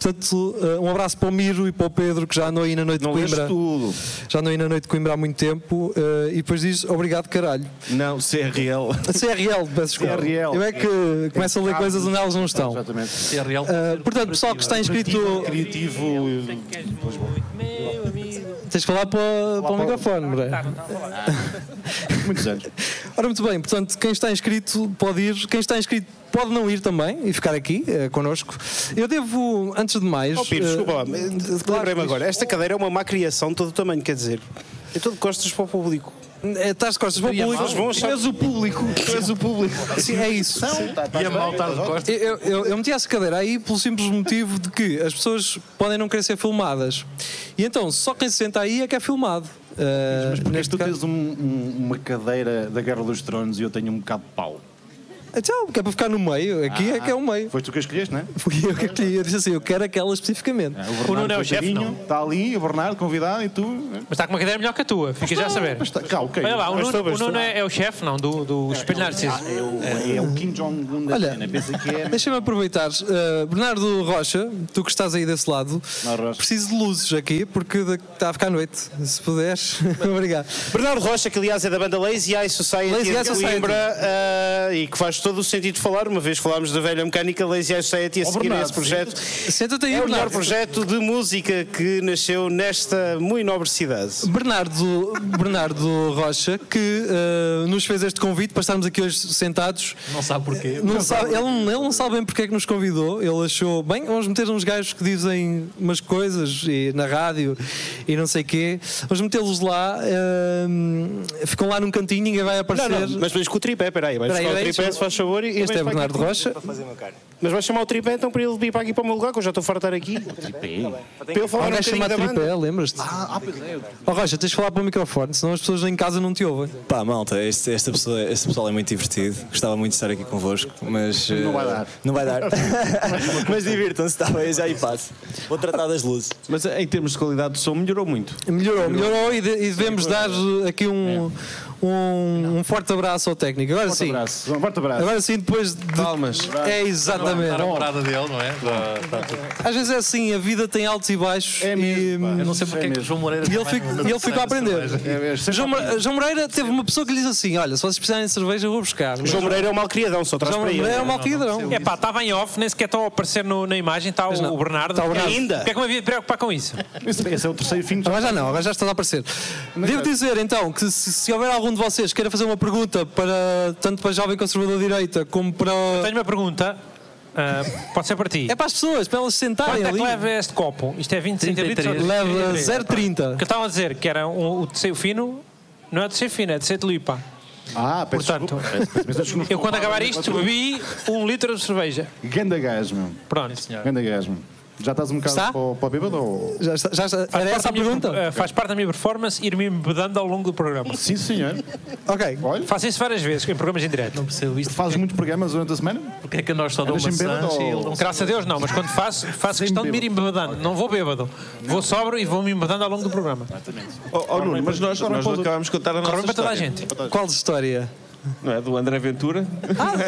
Speaker 2: Portanto, eh, um abraço para o Miro e para o Pedro, que já andou aí na noite
Speaker 7: Não
Speaker 2: de
Speaker 7: lês
Speaker 2: Coimbra.
Speaker 7: tudo.
Speaker 2: Já andou aí na noite de Coimbra há muito tempo. eh, e depois diz obrigado, caralho.
Speaker 7: Não, CRL.
Speaker 2: A CRL, peço desculpa.
Speaker 10: CRL.
Speaker 2: Eu é que começo a ler coisas onde elas não estão.
Speaker 10: Exatamente.
Speaker 4: CRL.
Speaker 2: Eh, portanto, pessoal que está inscrito.
Speaker 10: Criativo. um
Speaker 2: Tens que falar para, para o microfone, André.
Speaker 10: Tá, Muitos anos.
Speaker 2: Ora, muito bem, portanto, quem está inscrito pode ir, quem está inscrito pode não ir também e ficar aqui eh, connosco. Eu devo, antes de mais.
Speaker 13: Oh, Pires,
Speaker 2: eh,
Speaker 13: desculpa lá.
Speaker 2: eh,
Speaker 13: Lembrei-me agora. Esta cadeira é uma má criação de todo o tamanho, quer dizer. É todo de costas para o público.
Speaker 2: eh, Estás de costas para o público.
Speaker 13: mal. Eles vão achar-
Speaker 2: Tu és o público. Tu és o público. Sim, é isso.
Speaker 4: E a mal estar de costas.
Speaker 2: Eu, eu, eu meti essa cadeira aí pelo simples motivo de que as pessoas podem não querer ser filmadas. E então, só quem se senta aí é que é filmado. Eh,
Speaker 10: Mas porquê que tu
Speaker 2: neste caso-
Speaker 10: tens um- um- uma cadeira da Guerra dos Tronos e eu tenho um bocado de pau?
Speaker 2: Então, que é para ficar no meio. Aqui é que é o meio.
Speaker 10: Foste tu que escolheste, não é?
Speaker 2: Fui eu que escolhi. Eu disse assim, eu quero aquela especificamente.
Speaker 3: O Nuno é o chefe, não.
Speaker 10: Está ali, o Bernardo, convidado, e tu.
Speaker 3: Mas está com uma cadeira melhor que a tua, fica já a saber.
Speaker 10: Mas tá, cá, ok.
Speaker 3: Olha lá, o
Speaker 13: Mas
Speaker 3: Nuno,
Speaker 13: estou,
Speaker 3: o
Speaker 13: mas
Speaker 3: Nuno
Speaker 13: estou.
Speaker 3: é, é o chefe, não, do, do Espelho Narciso.
Speaker 10: É o, é o Kim Jong-un da
Speaker 2: Olha.
Speaker 10: China, pensa que é.
Speaker 2: Deixa-me aproveitar. Uh, Bernardo Rocha, tu que estás aí desse lado,
Speaker 10: Não, Rocha.
Speaker 2: preciso de luzes aqui porque de- está a ficar noite. Se puderes, obrigado.
Speaker 13: Bernardo Rocha, que aliás é da banda Lazy Eye Society
Speaker 2: Lazy Eye
Speaker 13: de
Speaker 2: Society.
Speaker 13: Coimbra, ah, e que faz todo o sentido de falar, uma vez falámos da velha mecânica Lazy Eye Society
Speaker 2: Oh,
Speaker 13: a seguir a esse projeto.
Speaker 2: Senta-te aí,
Speaker 13: É o melhor
Speaker 2: Bernardo.
Speaker 13: projeto de música que nasceu nesta muito nobre cidade.
Speaker 2: Bernardo, Bernardo Rocha, que uh, nos fez este convite para estarmos aqui hoje sentados.
Speaker 4: Não sabe porquê.
Speaker 2: Não sabe- ele, ele não sabe bem porque é que nos convidou. Ele achou, bem, vamos meter uns gajos que dizem umas coisas e, na rádio e não sei quê. Vamos metê-los lá. eh, ficam lá num cantinho, ninguém vai
Speaker 13: Não,
Speaker 2: aparecer.
Speaker 13: não, mas vais com o tripé, peraí, vais
Speaker 2: Peraí,
Speaker 13: buscar o
Speaker 2: peraí,
Speaker 13: tripé,
Speaker 2: deixa-
Speaker 13: se faz favor. e- e
Speaker 2: Este
Speaker 13: vens
Speaker 2: é
Speaker 13: para aqui
Speaker 2: Bernardo
Speaker 13: comigo.
Speaker 2: Rocha.
Speaker 13: Mas vais chamar o tripé então para ele vir para aqui para o meu lugar, que eu já estou a fartar aqui. Para ele falar um
Speaker 2: Alguém vai
Speaker 13: bocadinho
Speaker 2: chamar
Speaker 13: da banda.
Speaker 2: tripé, lembras-te? Ah, Rocha, tens de falar para o microfone, senão as pessoas lá em casa não te ouvem.
Speaker 15: Pá, malta, este, esta pessoa, este pessoal é muito divertido. Gostava muito de estar aqui convosco, mas. eh,
Speaker 10: Não vai dar.
Speaker 15: Não vai dar. mas divirtam-se, está bem, já aí passo. Vou tratar das luzes.
Speaker 7: Mas em termos de qualidade de som, melhorou muito.
Speaker 2: Melhorou, melhorou e, de- e devemos dar eh, aqui um, um, um forte abraço ao técnico. Agora sim.
Speaker 10: Abraço. Um forte abraço.
Speaker 2: Agora sim, depois de.
Speaker 7: Palmas.
Speaker 2: É
Speaker 4: Está
Speaker 2: exatamente.
Speaker 4: na parada dele, não é? Está- está tudo.
Speaker 2: Às vezes é assim, a vida tem altos e baixos.
Speaker 10: É
Speaker 2: e,
Speaker 10: mesmo, pá.
Speaker 4: Eu não sei porque é que o João Moreira...
Speaker 2: E ele
Speaker 4: também
Speaker 2: fica-
Speaker 4: não-
Speaker 2: e ele fica a aprender.
Speaker 10: É, é, sempre
Speaker 2: João, Mo- João Moreira teve uma pessoa que lhe diz assim: Olha, se vocês precisarem de cerveja, eu vou buscar. Mas
Speaker 13: João Moreira é um malcriadão, só traz
Speaker 2: João
Speaker 13: para ele.
Speaker 2: Moreira é um malquidrão.
Speaker 3: É pá, estava em off, nem sequer estão a aparecer no- na imagem, está o, o Bernardo.
Speaker 2: Está o Bernardo.
Speaker 13: Ainda?
Speaker 3: Porquê é que me havia de preocupar com isso?
Speaker 10: Esse, esse é o terceiro fim de
Speaker 2: Agora já não, agora já está a aparecer. Devo dizer então que se, se houver algum de vocês queira fazer uma pergunta para tanto para a jovem conservador de direita como para.
Speaker 3: Tenho uma pergunta, ah, pode ser para ti.
Speaker 2: É para as pessoas, para elas se sentarem
Speaker 3: Quanto é que
Speaker 2: ali.
Speaker 3: leva este copo? Isto é 20 centilitros. ou-
Speaker 2: Leva 0,30.
Speaker 3: Porque estavam a dizer que era um, o tecido fino, não é tecido fino, é tecido lipa.
Speaker 10: Ah, peço
Speaker 3: Portanto,
Speaker 10: desculpa. Peço- peço- peço desculpa.
Speaker 3: Eu quando acabar isto bebi um litro de cerveja.
Speaker 10: Ganda gás, meu.
Speaker 3: Pronto. senhor.
Speaker 10: Ganda gás, meu. Já estás um bocado
Speaker 2: Está?
Speaker 10: para o- para o bêbado ou...
Speaker 2: Já está, já está. Era essa é a pergunta?
Speaker 3: eh, faz parte da minha performance ir-me embedando ao longo do programa.
Speaker 10: Sim, senhor.
Speaker 2: Ok.
Speaker 10: Olha,
Speaker 3: Faço isso várias vezes em programas em direto.
Speaker 4: Não percebo isto.
Speaker 10: fazes muitos programas durante a semana?
Speaker 4: Porque é que nós só damos
Speaker 10: Andas sem
Speaker 4: maçãs
Speaker 10: bêbado
Speaker 4: e
Speaker 10: ou-
Speaker 4: ele não
Speaker 3: Graças a Deus não, mas quando faço, faço
Speaker 10: Sem
Speaker 3: questão de me ir embebedando. Não vou bêbado. Vou sobro e vou-me embebedando ao longo do programa.
Speaker 7: Oh, oh, Nuno, mas nós, nós não acabámos de contar
Speaker 3: Corre
Speaker 7: a nossa
Speaker 3: bem para toda a
Speaker 7: história.
Speaker 3: gente.
Speaker 2: Qual história?
Speaker 7: Não é? Do André Ventura.
Speaker 2: Ah,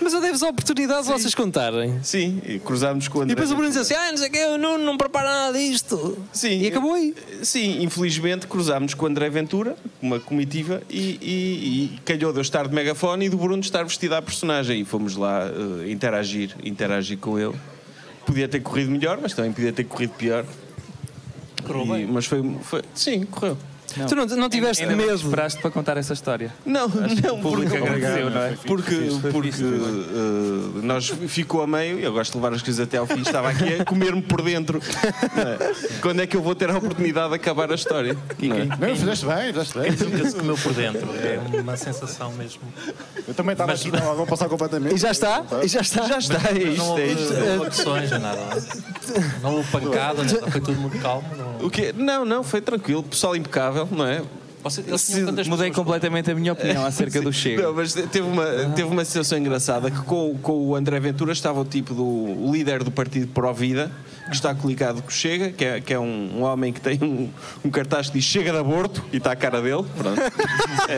Speaker 2: Mas eu devo-vos a oportunidade de vocês contarem.
Speaker 7: Sim, e cruzámos com o
Speaker 2: E
Speaker 7: André.
Speaker 2: depois o Bruno diz assim: Ah, não sei o que, o Nuno não prepara nada disto.
Speaker 7: Sim. eh,
Speaker 2: E acabou aí.
Speaker 7: Sim, infelizmente cruzámos com o André Ventura, uma comitiva, e, e- e calhou de eu estar de megafone e do Bruno estar vestido à personagem. E fomos lá eh, interagir, interagir com ele. Podia ter corrido melhor, mas também podia ter corrido pior. Correu bem. Mas foi, foi- Sim, correu.
Speaker 2: Tu não, não tiveste
Speaker 8: Ainda bem que
Speaker 2: medo.
Speaker 8: esperaste para contar essa história.
Speaker 7: Não, não,
Speaker 8: Porque
Speaker 7: porque,
Speaker 8: agradeceu, não é?
Speaker 7: porque, porque eh, nós ficou a meio, eu gosto de levar as coisas até ao fim, estava aqui a comer-me por dentro. Não é? Quando é que eu vou ter a oportunidade de acabar a história? Não é?
Speaker 10: Não, fizeste bem, fizeste bem.
Speaker 4: nunca se comeu por dentro. É uma sensação mesmo.
Speaker 10: Eu também estava aqui, não, vou passar completamente.
Speaker 2: E já está? E já está? Já está.
Speaker 7: É
Speaker 4: Não
Speaker 7: isto, é
Speaker 4: houve
Speaker 7: isto.
Speaker 4: não houve opções, não é nada. Não houve pancada, nada, foi tudo muito calmo. Não...
Speaker 7: O quê? Não, não, foi tranquilo, pessoal impecável, não é?
Speaker 4: Você,
Speaker 7: Se-
Speaker 8: Mudei completamente a minha opinião acerca do Chega.
Speaker 7: Não, mas teve uma, teve uma situação engraçada que com, com o André Ventura estava o tipo do o líder do partido Pró-Vida, que está coligado com o Chega, que é, que é um, um homem que tem um, um cartaz que diz Chega de aborto e está a cara dele. Pronto.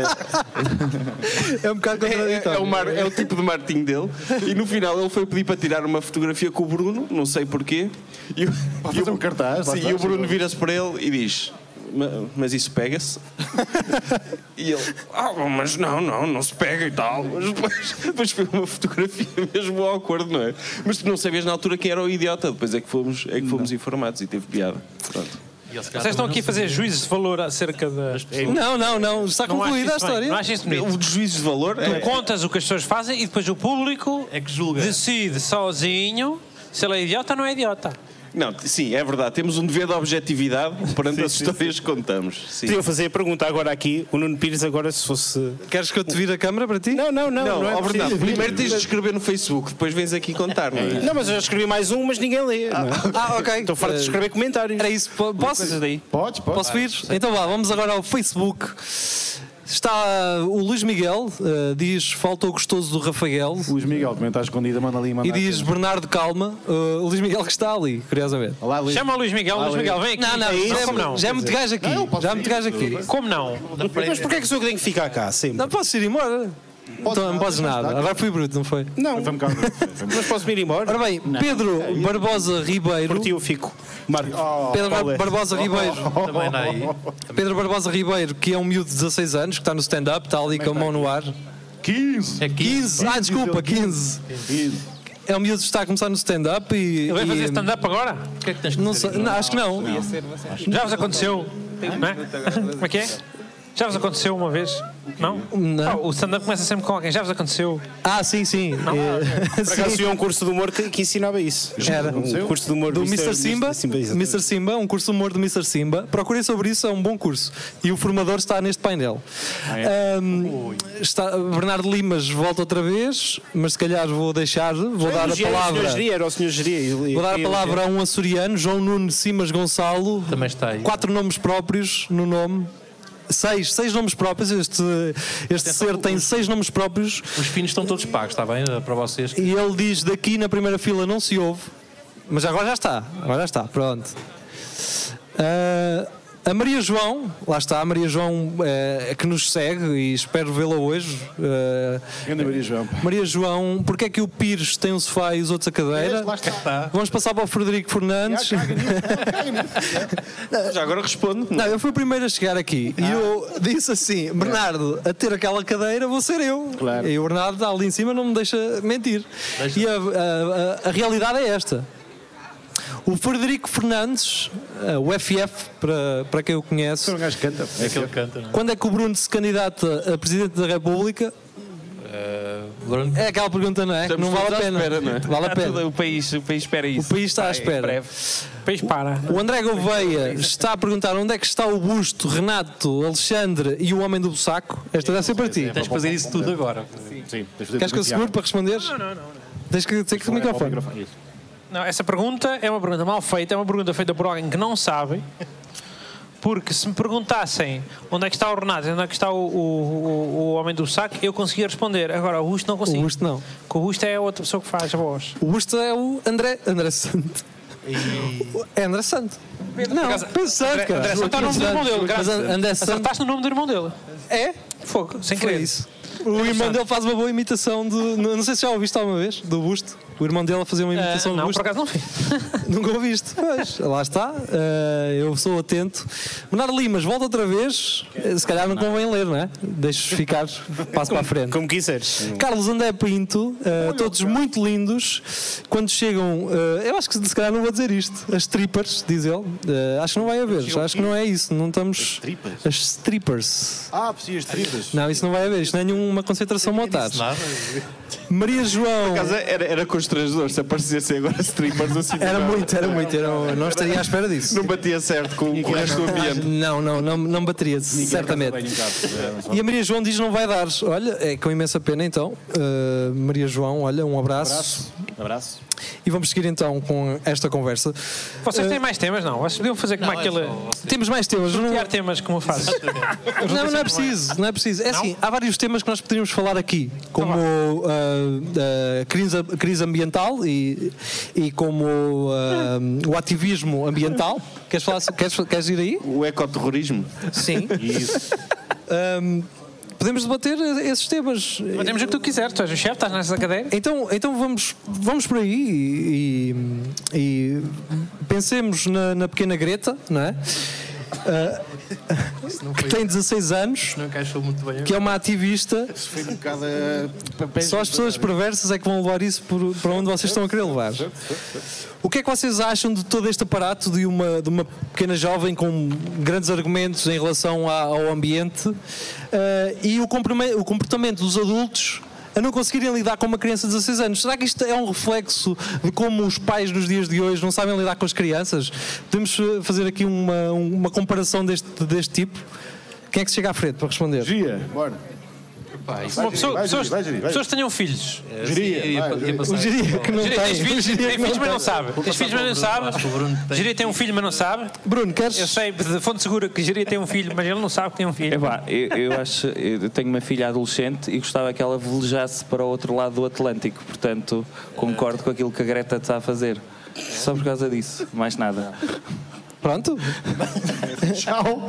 Speaker 2: É um bocado
Speaker 7: É, é o
Speaker 2: contraditório.
Speaker 7: mar- é o tipo de martinho dele. E no final ele foi pedir para tirar uma fotografia com o Bruno, não sei porquê. E, o-
Speaker 10: Para
Speaker 7: e
Speaker 10: fazer
Speaker 7: o-
Speaker 10: um cartaz, lá
Speaker 7: Sim,
Speaker 10: está,
Speaker 7: e o Bruno
Speaker 10: chegou.
Speaker 7: vira-se para ele e diz: "Ma- Mas isso pega-se? e ele: Ah, mas não, não, não se pega e tal. Mas depois, depois foi uma fotografia mesmo ao acordo, não é? Mas tu não sabias na altura quem era o idiota. Depois é que fomos, é que fomos informados e teve piada. Pronto.
Speaker 3: Vocês estão aqui a fazer juízes de valor acerca das
Speaker 4: é
Speaker 3: pessoas.
Speaker 2: Não, não, não. Então, Está
Speaker 3: Não acho
Speaker 2: concluída a
Speaker 3: isso bem,
Speaker 2: história.
Speaker 3: Não achas isso bonito?
Speaker 7: O juízo de valor
Speaker 3: Tu
Speaker 7: é.
Speaker 3: contas o que as pessoas fazem e depois o público
Speaker 4: É que julga.
Speaker 3: decide sozinho se ele é idiota ou não é idiota.
Speaker 7: Não, sim, é verdade. Temos um dever de objetividade perante as histórias que contamos. Sim.
Speaker 13: Podia fazer a pergunta agora aqui, o Nuno Pires agora se fosse...
Speaker 2: Queres que eu te vire a câmara para ti?
Speaker 13: Não, não, não, não,
Speaker 7: Não,
Speaker 13: é
Speaker 7: ó,
Speaker 13: preciso.
Speaker 7: Bernardo, primeiro tens de escrever no Facebook, depois vens aqui contar, não é?
Speaker 13: Não, mas eu já escrevi mais um, mas ninguém lê. não é?
Speaker 2: Ah, ok.
Speaker 13: Estou farto de escrever comentários.
Speaker 2: Era isso. Po- Posso?
Speaker 8: Coisas daí.
Speaker 10: Podes, podes.
Speaker 2: Posso ir? Então vá, vamos agora ao Facebook. Está o Luís Miguel, eh, diz falta o gostoso do Rafael.
Speaker 10: Luís Miguel, também está escondido, manda ali, manda
Speaker 2: E diz Bernardo Calma, eh, o Luís Miguel que está ali, curiosamente.
Speaker 10: Olá, Luís.
Speaker 2: Chama
Speaker 3: o Luís Miguel,
Speaker 4: Ah,
Speaker 3: Luís Miguel, vem aqui.
Speaker 2: Não, não,
Speaker 3: É isso?
Speaker 2: já, é-
Speaker 3: Como não?
Speaker 2: já é muito gajo aqui. já é muito gajo aqui.
Speaker 3: Como não?
Speaker 13: Mas porquê é que sou eu que tenho que ficar cá? Sempre.
Speaker 2: Não posso ir embora. então, não podes nada. Agora fui bruto, não foi?
Speaker 13: Não. Mas posso ir embora?
Speaker 2: Ora bem, Pedro Barbosa Ribeiro.
Speaker 13: Por ti eu fico. Marco.
Speaker 2: Pedro Bar-
Speaker 13: Paulo é.
Speaker 2: Barbosa Ribeiro.
Speaker 4: Também não é aí.
Speaker 2: Pedro Barbosa Ribeiro, que é um miúdo de 16 anos, que está no stand-up, está ali com a mão no ar.
Speaker 10: 15!
Speaker 4: É
Speaker 2: 15! Ah, desculpa, 15! É um miúdo que está a começar no stand-up e.
Speaker 3: Ele vai
Speaker 2: e-
Speaker 3: fazer stand-up agora?
Speaker 4: O que é que tens que
Speaker 2: Não
Speaker 4: dizer?
Speaker 2: sei- não, acho que não.
Speaker 3: Já vos aconteceu? Não é? Como é que é? Já vos aconteceu uma vez? Não?
Speaker 2: Não.
Speaker 3: Ah, o stand-up começa sempre com alguém. Já vos aconteceu?
Speaker 2: Ah, sim, sim. É-
Speaker 13: Por
Speaker 2: sim.
Speaker 13: acaso eu um curso de humor que, que ensinava isso.
Speaker 2: Era.
Speaker 13: Um curso de humor
Speaker 2: do Mr. Simba,
Speaker 13: exatamente.
Speaker 2: Mr. Simba, um curso de humor do Mr. Simba. Procurem sobre isso, é um bom curso. E o formador está neste painel. Ahm, está, Bernardo Limas volta outra vez, mas se calhar vou deixar, vou dar a
Speaker 13: Elogiei o Sr.
Speaker 2: palavra.
Speaker 13: Geria, era o Sr. Geria. ele-
Speaker 2: Vou dar a
Speaker 13: ele-
Speaker 2: palavra a um açoriano, João Nuno Simas Gonçalo.
Speaker 4: Também está aí.
Speaker 2: Quatro nomes próprios no nome. Seis, seis nomes próprios. Este, este ser tem seis nomes próprios.
Speaker 4: Os finos estão todos pagos, está bem? Para vocês.
Speaker 2: E ele diz daqui na primeira fila não se ouve, mas agora já está, agora já está, pronto. Ah, a Maria João, lá está, a Maria João eh, que nos segue e espero vê-la hoje. Ah,
Speaker 10: Grande Maria João.
Speaker 2: Maria João, porque é que o Pires tem um sofá e os outros a cadeira?
Speaker 10: Lá está.
Speaker 2: Vamos passar para o Frederico Fernandes.
Speaker 7: Já agora respondo.
Speaker 2: Não, eu fui o primeiro a chegar aqui e eu disse assim: Bernardo, a ter aquela cadeira vou ser eu.
Speaker 10: Claro.
Speaker 2: E o Bernardo está ali em cima, não me deixa mentir. E a, a- a- a realidade é esta. O Frederico Fernandes, eh, o FF, para, para quem o conhece,
Speaker 10: Um gajo canta.
Speaker 4: É que ele canta, não é?
Speaker 2: quando é que o Bruno se candidata a Presidente da República?
Speaker 4: Eh, Bruno,
Speaker 2: É aquela pergunta, não é? Que não vale a pena. Vale a
Speaker 5: Está tudo-
Speaker 2: pena.
Speaker 5: o, país, o país espera
Speaker 2: O
Speaker 5: isso.
Speaker 2: país
Speaker 8: é
Speaker 2: está à
Speaker 5: Em
Speaker 2: espera.
Speaker 5: breve.
Speaker 3: Pois para.
Speaker 2: O André Gouveia está a perguntar onde é que está o Busto, Renato, Alexandre e o Homem do Bussaco. Esta deve ser para ti.
Speaker 4: tens de fazer isso tudo agora.
Speaker 10: Sim,
Speaker 2: Queres que eu segure para responder? Não, não, não. Tens que ter
Speaker 3: é
Speaker 2: que o microfone.
Speaker 3: Não, essa pergunta é uma pergunta mal feita, é uma pergunta feita por alguém que não sabe. Porque se me perguntassem onde é que está o Renato, onde é que está o, o, o, o homem do saco, eu conseguia responder. Agora, o Busto não
Speaker 2: O
Speaker 3: consigo.
Speaker 2: Busto não.
Speaker 3: Porque o Busto é a outra pessoa que faz a voz.
Speaker 2: O Busto é o André. André Santo. É André Santo. Não,
Speaker 3: acaso,
Speaker 2: Pedro Santos,
Speaker 3: André-
Speaker 2: cara.
Speaker 3: André Santos está no nome do irmão dele,
Speaker 2: Mas
Speaker 3: graças a Deus.
Speaker 2: André Santo
Speaker 3: Acertaste no nome do irmão dele.
Speaker 2: é?
Speaker 3: Fogo, sem
Speaker 2: Foi
Speaker 3: querer.
Speaker 2: isso. O irmão dele faz uma boa imitação de. Não não sei se já ouviste alguma vez, do Busto. O irmão dele a fazer uma
Speaker 3: Ah,
Speaker 2: imitação do
Speaker 3: não, por
Speaker 2: Busto.
Speaker 3: acaso não fiz.
Speaker 2: Nunca ouviste. Pois, lá está. Ah, eu sou atento. Bernardo Limas, volta outra vez. Eh, Se calhar não convém ler, não é? Deixo ficar, passo para a frente.
Speaker 13: Como quiseres.
Speaker 2: Carlos André Pinto, eh, todos muito lindos. Quando chegam, eh, eu acho que se calhar não vou dizer isto. As strippers, diz ele. Eh, acho que não vai haver, já acho que não é isso. Não estamos. As strippers.
Speaker 10: Ah, precisa de tripas.
Speaker 2: Não, isso não vai haver, isto não é nenhuma concentração montada.
Speaker 4: Nada.
Speaker 2: Maria João.
Speaker 7: Por acaso, Era, era constrangedor se aparecessem agora strippers assim. do
Speaker 2: Era
Speaker 7: nada.
Speaker 2: muito, era muito, era, um- não estaria à espera disso.
Speaker 7: Não batia certo com, com o resto do ambiente.
Speaker 2: Não, não, não, não bateria, certamente. E a Maria João diz não vai dar. Olha, é com imensa pena então. Eh, Maria João, olha, um abraço.
Speaker 10: Abraço.
Speaker 2: E vamos seguir então com esta conversa.
Speaker 3: Vocês têm mais temas, não? Vocês podiam fazer como
Speaker 4: é
Speaker 3: aquele.
Speaker 2: Temos mais temas. Não,
Speaker 3: Criar temas como eu faço.
Speaker 2: não, não é preciso, não Então é preciso. É assim, há vários temas que nós poderíamos falar aqui, como ah, ah, crise, crise ambiental e, e como ah, o ativismo ambiental. Queres, falar, queres, queres ir aí?
Speaker 7: O ecoterrorismo.
Speaker 2: Sim. podemos debater esses temas.
Speaker 3: Temos o que tu quiseres, tu és o chefe, estás nessa cadeira.
Speaker 2: Então, então vamos, vamos por aí e, e- e pensemos na, na pequena Greta, não é? Ah, que tem 16 anos,
Speaker 4: Não encaixou muito bem.
Speaker 2: que é uma ativista.
Speaker 10: Foi um bocado. eh, papéis
Speaker 2: Só as
Speaker 10: de-
Speaker 2: pessoas perversas é que vão levar isso por- para onde vocês estão a querer levar. O que é que vocês acham de todo este aparato de uma, de uma pequena jovem com grandes argumentos em relação à- ao ambiente eh, e o, comprime- o comportamento dos adultos a não conseguirem lidar com uma criança de 16 anos? Será que isto é um reflexo de como os pais nos dias de hoje não sabem lidar com as crianças? Podemos eh, fazer aqui uma, uma comparação deste, deste tipo? Quem é que se chega à frente para responder?
Speaker 10: Gia, bora.
Speaker 4: Pá, isso-
Speaker 3: Uma pessoa- pessoas, pessoas que tenham filhos.
Speaker 4: É, sim, Geria, ia- vai, ia geria. passar.
Speaker 3: Geria que não
Speaker 4: Geria,
Speaker 3: tem.
Speaker 4: tens filhos,
Speaker 3: Geria
Speaker 4: tem
Speaker 3: que
Speaker 4: filhos,
Speaker 3: mas não sabe.
Speaker 4: Vou
Speaker 3: Tem
Speaker 4: passar
Speaker 3: filhos, mas
Speaker 4: para o
Speaker 3: não
Speaker 4: Bruno.
Speaker 3: sabe.
Speaker 4: Acho que o Bruno tem-
Speaker 3: Geria tem um filho, mas não sabe.
Speaker 2: Bruno, queres?
Speaker 3: Eu sei de fonte segura que Geria tem um filho, mas ele não sabe que tem um filho.
Speaker 5: Epá, eu, eu acho, eu tenho uma filha adolescente e gostava que ela velejasse para o outro lado do Atlântico, portanto concordo com aquilo que a Greta está a fazer. Só por causa disso, mais nada.
Speaker 2: Pronto? é Tchau.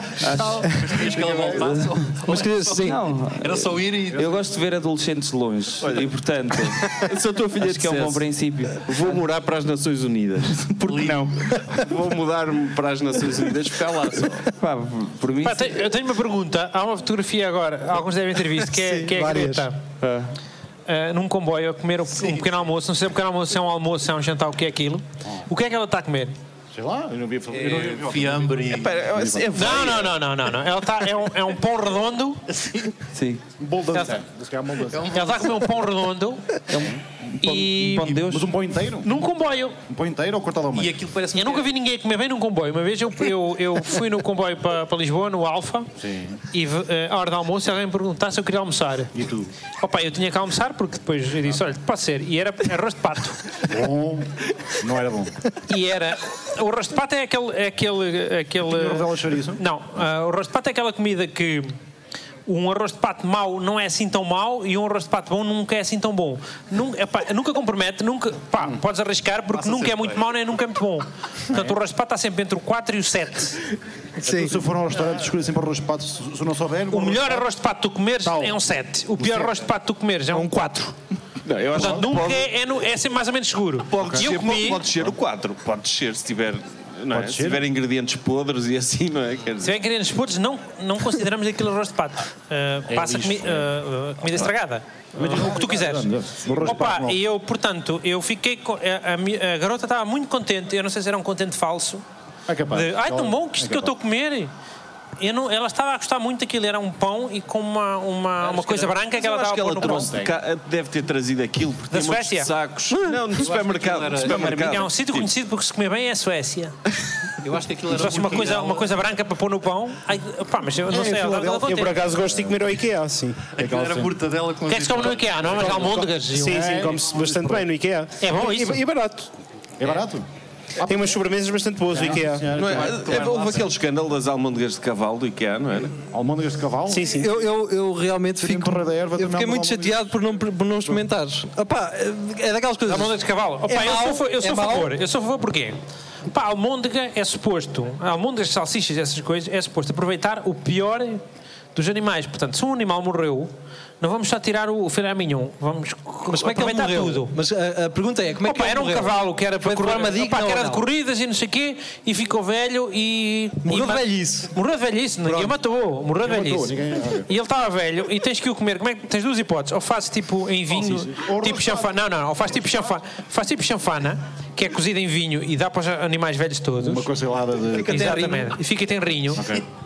Speaker 4: Querias que ela voltasse? ou-
Speaker 5: Mas queria- sim.
Speaker 4: Era só ir e.
Speaker 5: Eu gosto de ver adolescentes longe e portanto
Speaker 8: Se a tua filha
Speaker 5: acho que é um bom
Speaker 8: dissesse,
Speaker 5: princípio.
Speaker 8: Vou morar para as Nações Unidas. Porque não? Vou mudar-me para as Nações Unidas, ficar lá só.
Speaker 5: Pá, por mim.
Speaker 3: Pá, te- eu tenho uma pergunta. Há uma fotografia agora, alguns devem ter visto, que é,
Speaker 8: Sim,
Speaker 3: que é a
Speaker 8: várias.
Speaker 3: Greta. ah, num comboio a comer um um pequeno almoço. Não sei se é um pequeno almoço, se é um almoço, se é um jantar, o que é aquilo. O que é que ela está a comer?
Speaker 10: Sei lá, eu não vi
Speaker 4: eu não vi- eu não vi- fiambre e- Epá, é- é
Speaker 3: Não, não, não, não, não, não. Ela está é um, é um pão redondo.
Speaker 5: Sim.
Speaker 10: Um
Speaker 3: Ela
Speaker 10: É
Speaker 3: está a comer um pão redondo. e...
Speaker 10: um pão de Deus? Mas um pão inteiro?
Speaker 3: Num comboio.
Speaker 10: Um pão inteiro ou cortado ao meio?
Speaker 4: aquilo parece
Speaker 3: Eu nunca vi ninguém comer bem num comboio. Uma vez eu, eu, eu fui no comboio para, para Lisboa, no Alfa, e eh, à hora do almoço alguém me perguntasse se eu queria almoçar.
Speaker 10: E tu?
Speaker 3: Opa, eu tinha que almoçar porque depois eu disse, olha, pode ser. E era arroz de pato.
Speaker 10: Bom, não era bom.
Speaker 3: E era. O arroz de pato é aquele. É aquele, aquele Não, ah, o arroz de pato é aquela comida que. Um arroz de pato mau não é assim tão mau e um arroz de pato bom nunca é assim tão bom. Nunca, epá, nunca compromete, nunca. Pá, podes arriscar porque
Speaker 10: Passa
Speaker 3: nunca é
Speaker 10: sempre
Speaker 3: muito
Speaker 10: bem.
Speaker 3: mau nem nunca é muito bom. Portanto, o arroz de pato está sempre entre o 4 e o 7.
Speaker 10: Então, se eu for a um restaurante, escolho sempre arroz de pato. Se se não souber,
Speaker 3: O melhor arroz de pato que tu comeres é um 7. O pior
Speaker 10: sete.
Speaker 3: arroz de pato que tu comeres é um 4.
Speaker 8: Não, eu acho
Speaker 3: Portanto,
Speaker 8: que
Speaker 3: nunca
Speaker 8: pode-
Speaker 3: é, é, no- é sempre mais ou menos seguro.
Speaker 8: Pode
Speaker 3: E eu
Speaker 8: descer,
Speaker 3: comi.
Speaker 8: pode descer o 4, pode descer se tiver, não é?
Speaker 3: Pode
Speaker 8: se
Speaker 3: descer.
Speaker 8: tiver ingredientes podres e assim, não é? Quer
Speaker 3: Se
Speaker 8: dizer,
Speaker 3: bem que nos putos, não, não consideramos aquilo arroz de pato. Ah,
Speaker 8: É
Speaker 3: passa
Speaker 8: lixo,
Speaker 3: comi-
Speaker 8: é.
Speaker 3: ah, ah, comida estragada. Ah, o que tu quiseres. Opa, e eu, portanto, eu fiquei. co- eh, a- a, mi- a garota estava muito contente. Eu não sei se era um contente falso.
Speaker 10: É capaz.
Speaker 3: De, Ai, tão bom que isto
Speaker 10: É
Speaker 3: que eu estou a
Speaker 10: capaz.
Speaker 3: comer. Eu não, ela estava a gostar muito daquilo. Era um pão e com uma, uma, uma coisa branca
Speaker 8: Mas
Speaker 3: que ela
Speaker 8: eu acho
Speaker 3: estava a pôr
Speaker 8: que ela
Speaker 3: no pão.
Speaker 8: trouxe de cá, deve ter trazido aquilo porque
Speaker 3: Da
Speaker 8: tem muitos
Speaker 3: Suécia? Hum.
Speaker 8: sacos. Não, do supermercado. do supermercado. Tipo,
Speaker 3: É um sítio
Speaker 7: Tipo.
Speaker 3: conhecido porque se comer bem é a Suécia.
Speaker 4: Eu acho que aquilo era.
Speaker 3: Só se uma coisa, uma coisa branca para pôr no pão. Ai, pá, mas eu não
Speaker 2: É,
Speaker 3: sei. ela- ela
Speaker 13: É, Eu, por
Speaker 3: contente.
Speaker 13: acaso gosto de comer ao IKEA, sim.
Speaker 4: Aquilo era mortadela com.
Speaker 3: O que é que se come no IKEA? Não é umas almôndegas? e um-
Speaker 13: Sim, sim, come-se bastante bem no IKEA.
Speaker 3: É bom isso?
Speaker 13: E, e barato.
Speaker 10: É barato?
Speaker 13: Tem umas sobremesas bastante boas do IKEA.
Speaker 8: Não é? É, Houve aquele escândalo das almôndegas de cavalo do IKEA, não era?
Speaker 3: Hum.
Speaker 10: Almôndegas de cavalo?
Speaker 13: Sim, sim.
Speaker 2: Eu, eu, eu realmente fico. Eu fiquei muito chateado por não, por não experimentares. Opá, é daquelas coisas.
Speaker 3: Almôndegas de cavalo. Opa,
Speaker 2: É
Speaker 3: eu
Speaker 2: mau,
Speaker 3: sou, fa- eu sou
Speaker 2: é
Speaker 3: a
Speaker 2: mau.
Speaker 3: favor. Eu sou a favor porquê? Pá, a almôndega é suposto, a almôndegas, salsichas, essas coisas, é suposto aproveitar o pior dos animais. Portanto, se um animal morreu, não vamos só tirar o filé mignon, vamos
Speaker 2: Mas como é que ele
Speaker 3: aproveitar
Speaker 2: morreu?
Speaker 3: tudo.
Speaker 2: Mas a, a pergunta é: como é que
Speaker 3: Opa,
Speaker 2: ele
Speaker 3: era um
Speaker 2: morreu?
Speaker 3: cavalo que era para
Speaker 2: Foi de
Speaker 3: correr,
Speaker 2: forma digna
Speaker 3: opa, que
Speaker 2: ou
Speaker 3: era de
Speaker 2: não?
Speaker 3: corridas e não sei quê, e ficou velho e.
Speaker 2: Morreu
Speaker 3: e
Speaker 2: de
Speaker 3: ma-
Speaker 2: velhice.
Speaker 3: Morreu de velhice, ninguém matou, morreu de
Speaker 2: Ninguém matou,
Speaker 3: velhice. E ele estava velho e tens que o comer. Como é que tens duas hipóteses? Ou fazes tipo em vinho, tipo chanfana. Não, não, ou faz tipo chanfana, faz tipo chanfana, que é cozida em vinho e dá para os animais velhos todos.
Speaker 10: Uma cocelada de.
Speaker 3: Fica Exatamente. E fica tem rinho.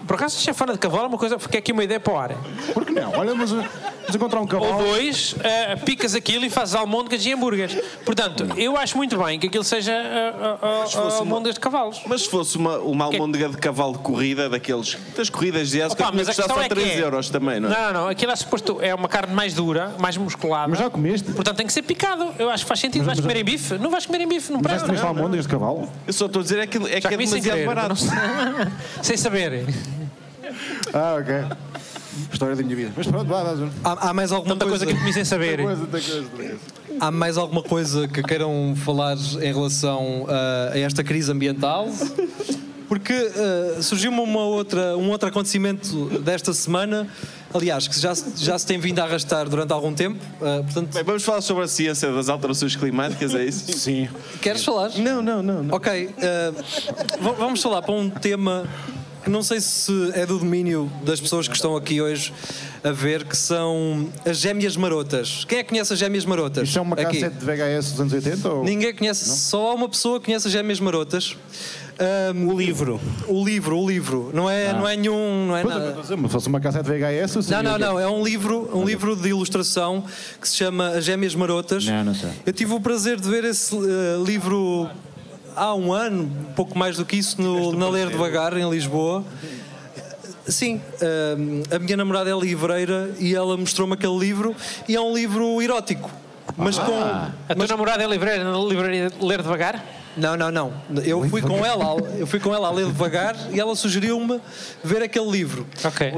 Speaker 3: Por acaso chanfana de cavalo é uma coisa, fica aqui uma ideia para o ar.
Speaker 10: Por que não? Olha, mas, mas encontrar um
Speaker 3: Ou
Speaker 10: cavalo.
Speaker 3: dois, eh, picas aquilo e fazes almôndegas e hambúrgueres. Portanto, eu acho muito bem que aquilo seja eh, eh, eh,
Speaker 8: fosse uma-
Speaker 3: almôndegas de cavalos.
Speaker 8: Mas se fosse uma, uma
Speaker 3: Que-
Speaker 8: almôndega de cavalo de corrida, daqueles, das corridas de Ascot,
Speaker 3: Opa,
Speaker 8: que custava só 3 euros também, não é?
Speaker 3: é Não, não, aquilo é suposto, é uma carne mais dura, mais musculada. Mas já
Speaker 10: comeste?
Speaker 3: Portanto, tem que ser picado. Eu acho que faz sentido. vais comer em bife? Não vais comer em bife, não
Speaker 10: Mas já
Speaker 3: presta.
Speaker 10: comeste
Speaker 3: Não, não.
Speaker 10: almôndegas de cavalo?
Speaker 8: Eu só estou a dizer é que é, que
Speaker 3: Já
Speaker 8: é
Speaker 3: comi sem
Speaker 8: demasiado
Speaker 3: querer,
Speaker 8: barato.
Speaker 3: não- Sem saber.
Speaker 10: Ah, ok. História da minha vida. Mas pronto, vá, dá
Speaker 2: Há, há mais alguma
Speaker 3: Tanta coisa
Speaker 8: é.
Speaker 3: que eu comi sem saber.
Speaker 2: Há mais alguma coisa que queiram falar em relação ah, a esta crise ambiental? Porque ah, surgiu-me uma outra, um outro acontecimento desta semana, aliás, que já, se- já se tem vindo a arrastar durante algum tempo. ah, portanto,
Speaker 8: Bem, vamos falar sobre a ciência das alterações climáticas, é isso?
Speaker 10: Sim.
Speaker 2: queres falar?
Speaker 8: Não, não, não. não.
Speaker 2: Ok, ah, v- vamos falar para um tema que não sei se é do domínio das pessoas que estão aqui hoje a ver, que são as gêmeas marotas. Quem é que conhece as gêmeas marotas?
Speaker 10: Isto é uma
Speaker 2: Aqui.
Speaker 10: cassete de VHS dos anos 80? Ou...
Speaker 2: Ninguém conhece, só uma pessoa conhece as Gêmeas Marotas. Ahm,
Speaker 13: O livro.
Speaker 2: O livro, o livro. Não é,
Speaker 10: Ah.
Speaker 2: não é nenhum. Não, é
Speaker 10: Pois,
Speaker 2: nada.
Speaker 10: mas se fosse uma cassete de VHS, eu
Speaker 2: não,
Speaker 10: sabia
Speaker 2: não,
Speaker 10: que-
Speaker 2: não. É um livro, um livro de ilustração que se chama As Gêmeas Marotas.
Speaker 10: Não, não sei.
Speaker 2: Eu tive o prazer de ver esse eh, livro um há um ano, pouco mais do que isso, no, na Ler Devagar, em Lisboa. Sim, hum, a minha namorada é livreira e ela mostrou-me aquele livro e é um livro erótico. Mas
Speaker 3: Ah.
Speaker 2: com.
Speaker 3: A tua
Speaker 2: namorada é livreira na livraria Ler Devagar? Não, não, não. Eu fui, com ela, ao- eu fui com ela a ler devagar e ela sugeriu-me ver aquele livro.
Speaker 3: Ok.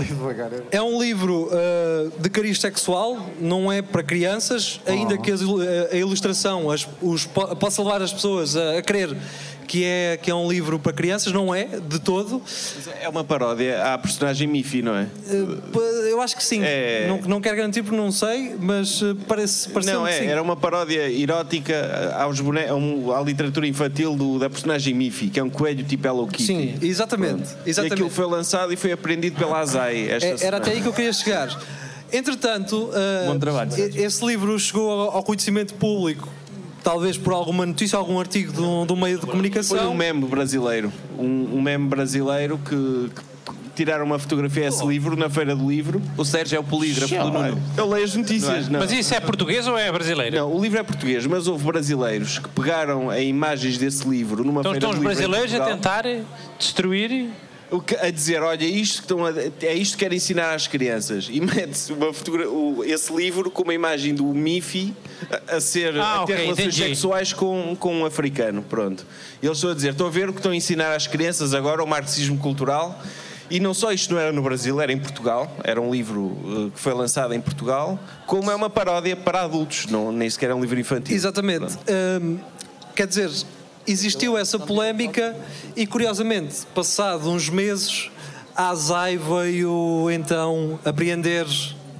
Speaker 2: É um livro uh, de cariz sexual, não é para crianças,
Speaker 7: Ah.
Speaker 2: ainda que as ilu- eh, a, a ilustração as- os po- possa levar as pessoas a, a crer que é, que é um livro para crianças, não é, de todo.
Speaker 7: É uma paródia à personagem Miffy, não é?
Speaker 2: Uh, pa- eu acho que sim. Não, não quero garantir porque não sei, mas uh, parece, pareceu
Speaker 7: não,
Speaker 2: que
Speaker 7: é,
Speaker 2: sim.
Speaker 7: era uma paródia erótica eh, aos bone- a um- à literatura infantil do- da personagem Miffy, que é um coelho tipo Hello Kitty.
Speaker 2: Sim, exatamente.
Speaker 7: Pronto.
Speaker 2: exatamente.
Speaker 7: E aquilo foi lançado e foi aprendido
Speaker 8: Ah,
Speaker 7: pela Azai esta
Speaker 2: É- era
Speaker 7: semana. Um
Speaker 2: até aí que eu queria chegar. Entretanto, ah, e- esse livro chegou ao ao conhecimento público, talvez por alguma notícia, algum artigo de um, de um meio de comunicação.
Speaker 7: Foi um meme brasileiro. Um, um meme brasileiro que, que tiraram uma fotografia a
Speaker 8: Oh.
Speaker 7: esse livro na Feira do Livro. O Sérgio é o polígrafo
Speaker 3: do Nuno.
Speaker 7: Eu leio as notícias, não.
Speaker 3: Mas isso é português ou é brasileiro?
Speaker 7: Não, o livro é português, mas houve brasileiros que pegaram a imagens desse livro numa
Speaker 8: é
Speaker 3: Então
Speaker 7: feira
Speaker 3: estão os
Speaker 7: do livro em
Speaker 3: brasileiros a
Speaker 7: Portugal.
Speaker 3: tentar destruir.
Speaker 7: O que- a dizer, olha, isto que estão a, é isto que quero ensinar às crianças. E mete-se uma fotogra- o- esse livro com uma imagem do Miffy a, a ser,
Speaker 3: Ah,
Speaker 7: a ter
Speaker 3: ok,
Speaker 7: relações
Speaker 3: entendi.
Speaker 7: sexuais com, com um africano. Pronto. E eles estão a dizer, estão a ver o que estão a ensinar às crianças agora, o marxismo cultural. E não só isto não era no Brasil, era em Portugal. Era um livro eh, que foi lançado em Portugal, como é uma paródia para adultos, não, nem sequer é um livro infantil.
Speaker 2: Exatamente. Hum, quer dizer, existiu essa polémica e, curiosamente, passado uns meses, a ASAI veio então apreender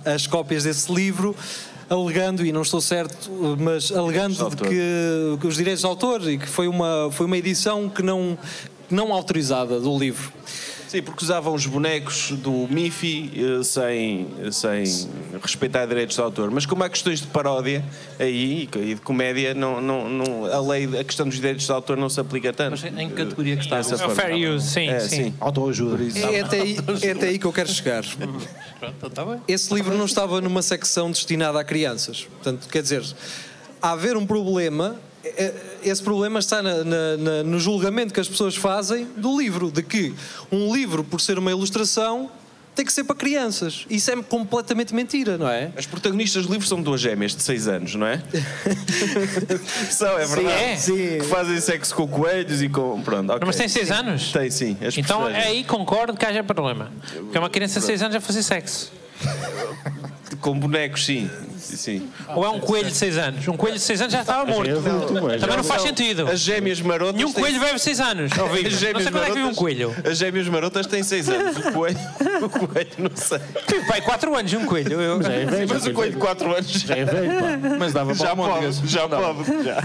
Speaker 2: as cópias desse livro, alegando, e não estou certo, mas alegando de que, que os direitos de autor e que foi uma, foi uma edição que não, não autorizada do livro.
Speaker 7: Sim, porque usavam os bonecos do Miffy eh, sem, sem respeitar direitos de autor. Mas como há questões de paródia aí e de comédia, não, não, não- a lei, a questão dos direitos de autor não se aplica tanto. Mas em que categoria que está?
Speaker 3: É o fair use, sim, sim.
Speaker 7: Autoajuda.
Speaker 2: É até, aí, é até aí que eu quero chegar. Esse livro não estava numa secção destinada a crianças. Portanto, quer dizer, a haver um problema, eh, esse problema está na- na- na- no julgamento que as pessoas fazem do livro, de que um livro, por ser uma ilustração, tem que ser para crianças. Isso é completamente mentira, não é?
Speaker 7: As protagonistas do livro são duas gêmeas de 6 anos, não é? são, é
Speaker 3: Sim,
Speaker 7: verdade.
Speaker 3: é?
Speaker 7: Que fazem sexo com coelhos e com. Pronto, ok.
Speaker 3: Mas tem seis
Speaker 7: Sim.
Speaker 3: anos?
Speaker 7: Tem, sim. As
Speaker 3: Então
Speaker 7: personagens.
Speaker 3: aí concordo que haja problema. Porque é uma criança de 6 anos a fazer sexo.
Speaker 7: Com bonecos, sim. sim.
Speaker 3: Ou é um coelho de 6 anos? Um coelho de 6 anos já estava morto. Também não faz sentido.
Speaker 7: As gêmeas marotas.
Speaker 3: Nenhum
Speaker 7: têm-
Speaker 3: coelho vive 6 anos. Ao vivo.
Speaker 7: As
Speaker 3: Não sei
Speaker 7: gêmeas
Speaker 3: quando é que vive um
Speaker 7: marotas-
Speaker 3: coelho.
Speaker 7: As gêmeas marotas têm 6 anos. O coelho, o coelho não sei.
Speaker 3: Pai, 4 anos, um coelho. Eu...
Speaker 7: Já é velho, Sim, mas já o coelho de 4 anos já
Speaker 10: um
Speaker 7: é velho, pá. Mas dava para Já o Módicas. pode, já pode, já.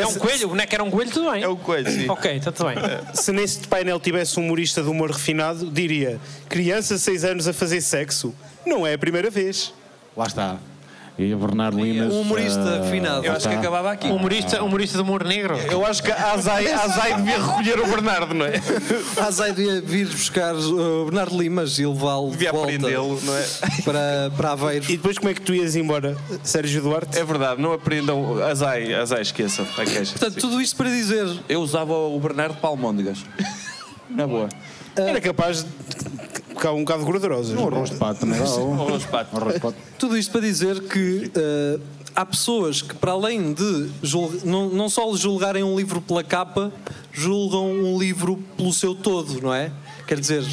Speaker 3: É um coelho, o boneco era um coelho, tudo bem. É
Speaker 7: um coelho, sim.
Speaker 3: Ok, está tudo bem.
Speaker 13: Se neste painel tivesse um humorista de humor refinado, diria: criança de 6 anos a fazer sexo não é a primeira vez.
Speaker 16: Lá
Speaker 13: Ah.
Speaker 16: está. E o Bernardo Lima.
Speaker 2: Um
Speaker 3: Um humorista, um humorista de humor negro.
Speaker 7: Eu acho que a Azai, a Azai devia recolher o Bernardo, não é?
Speaker 2: A Azai devia vir buscar uh, Bernardo Limas e levá-lo de volta
Speaker 7: não é?
Speaker 2: para, para Aveiro.
Speaker 13: E depois como é que tu ias embora, Sérgio Duarte?
Speaker 7: É verdade, não aprendam. Azai, Azai, esqueçam. é A queixa.
Speaker 2: Portanto, tudo isto para dizer.
Speaker 5: Eu usava o Bernardo Palmôndegas. Na boa.
Speaker 13: Era capaz de ficar um bocado gorduroso. Um arroz de pato
Speaker 16: também dá,
Speaker 5: ou- Arroz de pato.
Speaker 2: Tudo isto para dizer que eh, há pessoas que, para além de julg- não, não só julgarem um livro pela capa, julgam um livro pelo seu todo, não é? Quer dizer,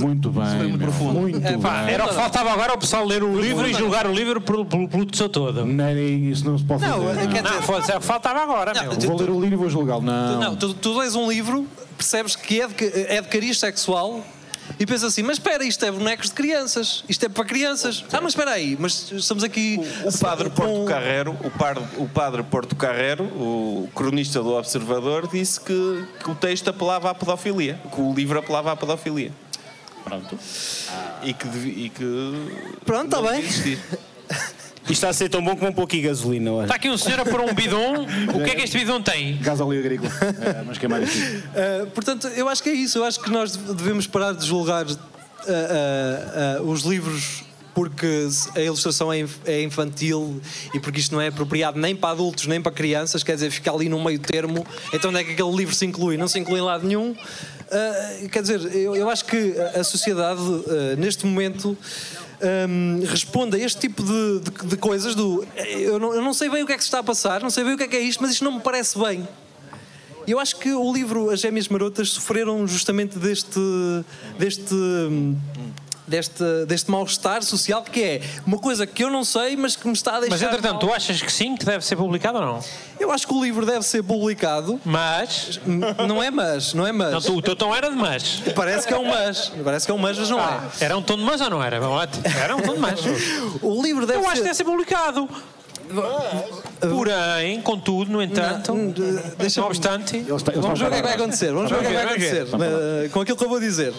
Speaker 16: Muito bem. Foi muito profundo. Muito
Speaker 3: É, pá,
Speaker 16: bem.
Speaker 3: era o que faltava agora o pessoal ler o livro e julgar o livro pelo, pelo, pelo seu todo.
Speaker 10: é
Speaker 16: Não, isso não se pode
Speaker 3: Não,
Speaker 2: eh,
Speaker 16: fazer.
Speaker 3: quer dizer, foda-se, é o que faltava agora. meu.
Speaker 16: Vou ler o livro e vou julgá-lo. Não.
Speaker 2: não, tu, tu lês um livro, percebes que é de, ca- é de cariz sexual. E pensas assim, mas espera, isto é bonecos de crianças, isto é para crianças. Ah, mas espera aí, mas estamos aqui.
Speaker 7: O padre Porto Carrero, o padre, o padre Porto Carrero, o cronista do Observador, disse que, que o texto apelava à pedofilia, que o livro apelava à pedofilia. Pronto. E que, devi- e que
Speaker 2: Pronto, está bem.
Speaker 13: Isto está a ser tão bom como um pouquinho de gasolina, olha.
Speaker 3: Está aqui um senhor a pôr um bidon. O que é que este bidon tem?
Speaker 16: Gás óleo agrícola. Mas queimar aqui.
Speaker 2: Uh, portanto, eu acho que é isso. Eu acho que nós devemos parar de julgar uh, uh, uh, eh, os livros porque se- a ilustração é inf- é infantil e porque isto não é apropriado nem para adultos nem para crianças, quer dizer, fica ali no meio termo. Então onde é que aquele livro se inclui? Não se inclui em lado nenhum. Ah, quer dizer, eu, eu acho que a a sociedade, ah, neste momento, hum, responde a este tipo de, de- de coisas do eh, eu não, eu não sei bem o que é que se está a passar, não sei bem o que é que é isto, mas isto não me parece bem. Eu acho que o livro As Gêmeas Marotas sofreram justamente deste deste hum, deste, deste mal-estar social que é uma coisa que eu não sei, mas que me está a deixar
Speaker 3: Mas entretanto, tu
Speaker 2: mal.
Speaker 3: achas que sim, que deve ser publicado ou não?
Speaker 2: Eu acho que o livro deve ser publicado.
Speaker 3: Mas.
Speaker 2: Não é mas, não é mas.
Speaker 3: Não, tu- o teu tom era de mas.
Speaker 2: Parece que é um mas. Parece que é um mas, mas não
Speaker 3: é. Era um tom de mas ou não era? Vamos lá. Era um tom de mas.
Speaker 2: o livro deve
Speaker 3: Eu acho que deve ser publicado. Porém, contudo, no entanto, não, obstante,
Speaker 2: Vamos ver o que é que vai acontecer. Vamos ver o que é que vai acontecer eh, com aquilo que eu vou dizer.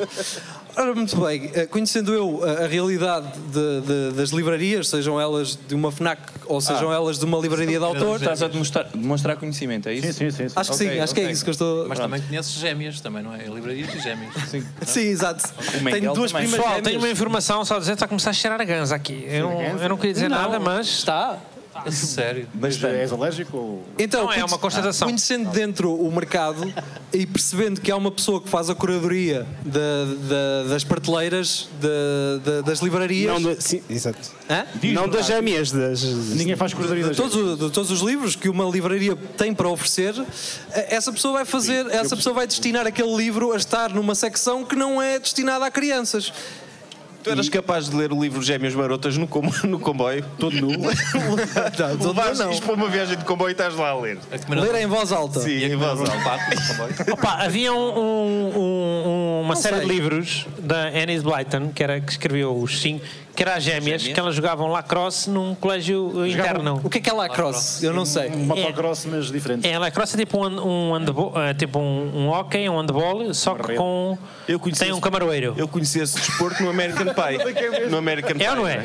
Speaker 2: Ora, muito bem, eh, conhecendo eu a, a realidade de- de- das livrarias, sejam elas de uma FNAC ou sejam
Speaker 3: Ah.
Speaker 2: elas de uma livraria de autor.
Speaker 8: Estás a demonstrar, demonstrar conhecimento, é isso? Sim, sim, sim.
Speaker 2: Acho que sim, acho que é isso que eu estou-
Speaker 4: Mas também conheces gêmeas, também, não é? Livrarias de gêmeas. Sim.
Speaker 2: Sim, exato. Tenho duas primas
Speaker 3: Pessoal,
Speaker 2: gêmeas.
Speaker 3: tenho uma informação só a dizer está a começar a cheirar a ganza aqui. Eu não, eu não queria dizer
Speaker 2: Não.
Speaker 3: nada, mas está.
Speaker 4: Sério.
Speaker 17: Mas
Speaker 13: É,
Speaker 17: és alérgico ou.
Speaker 2: Então,
Speaker 3: Não, é
Speaker 2: conhe-
Speaker 3: uma constatação.
Speaker 2: Conhecendo dentro o mercado e percebendo que há uma pessoa que faz a curadoria da- da- das prateleiras, da- da- das livrarias.
Speaker 13: Não, da- sim, exato.
Speaker 2: Hã?
Speaker 13: Não das gêmeas, das. Ninguém faz
Speaker 2: de, de todos, o- de todos os livros que uma livraria tem para oferecer, eh, essa pessoa vai fazer, essa pessoa vai destinar aquele livro a estar numa secção que não é destinada a crianças.
Speaker 7: Tu eras capaz de ler o livro Gêmeos Marotas no, com- no comboio, todo nu.
Speaker 2: todo
Speaker 7: Levares
Speaker 2: nu não.
Speaker 7: isto para uma viagem de comboio e estás lá a ler.
Speaker 2: Ler em voz alta.
Speaker 7: Sim, em voz alta.
Speaker 3: Opa, havia um- um- um- uma
Speaker 2: Não
Speaker 3: série
Speaker 2: sei.
Speaker 3: de livros da Annie Blyton, que, era, que escreveu os cinco, que era as gêmeas,
Speaker 2: Gêmeas?
Speaker 3: que elas jogavam lacrosse num colégio eh, interno.
Speaker 2: O que é que é lacrosse? Eu não sei.
Speaker 3: Motocross,
Speaker 10: mas diferente.
Speaker 3: É, lacrosse é tipo um, hand- um, handbo- eh, tipo um, um hockey, um handball, só que com. tem um camaroeiro.
Speaker 7: Eu conheci esse desporto no American Pie. No American Pie.
Speaker 3: É ou não é?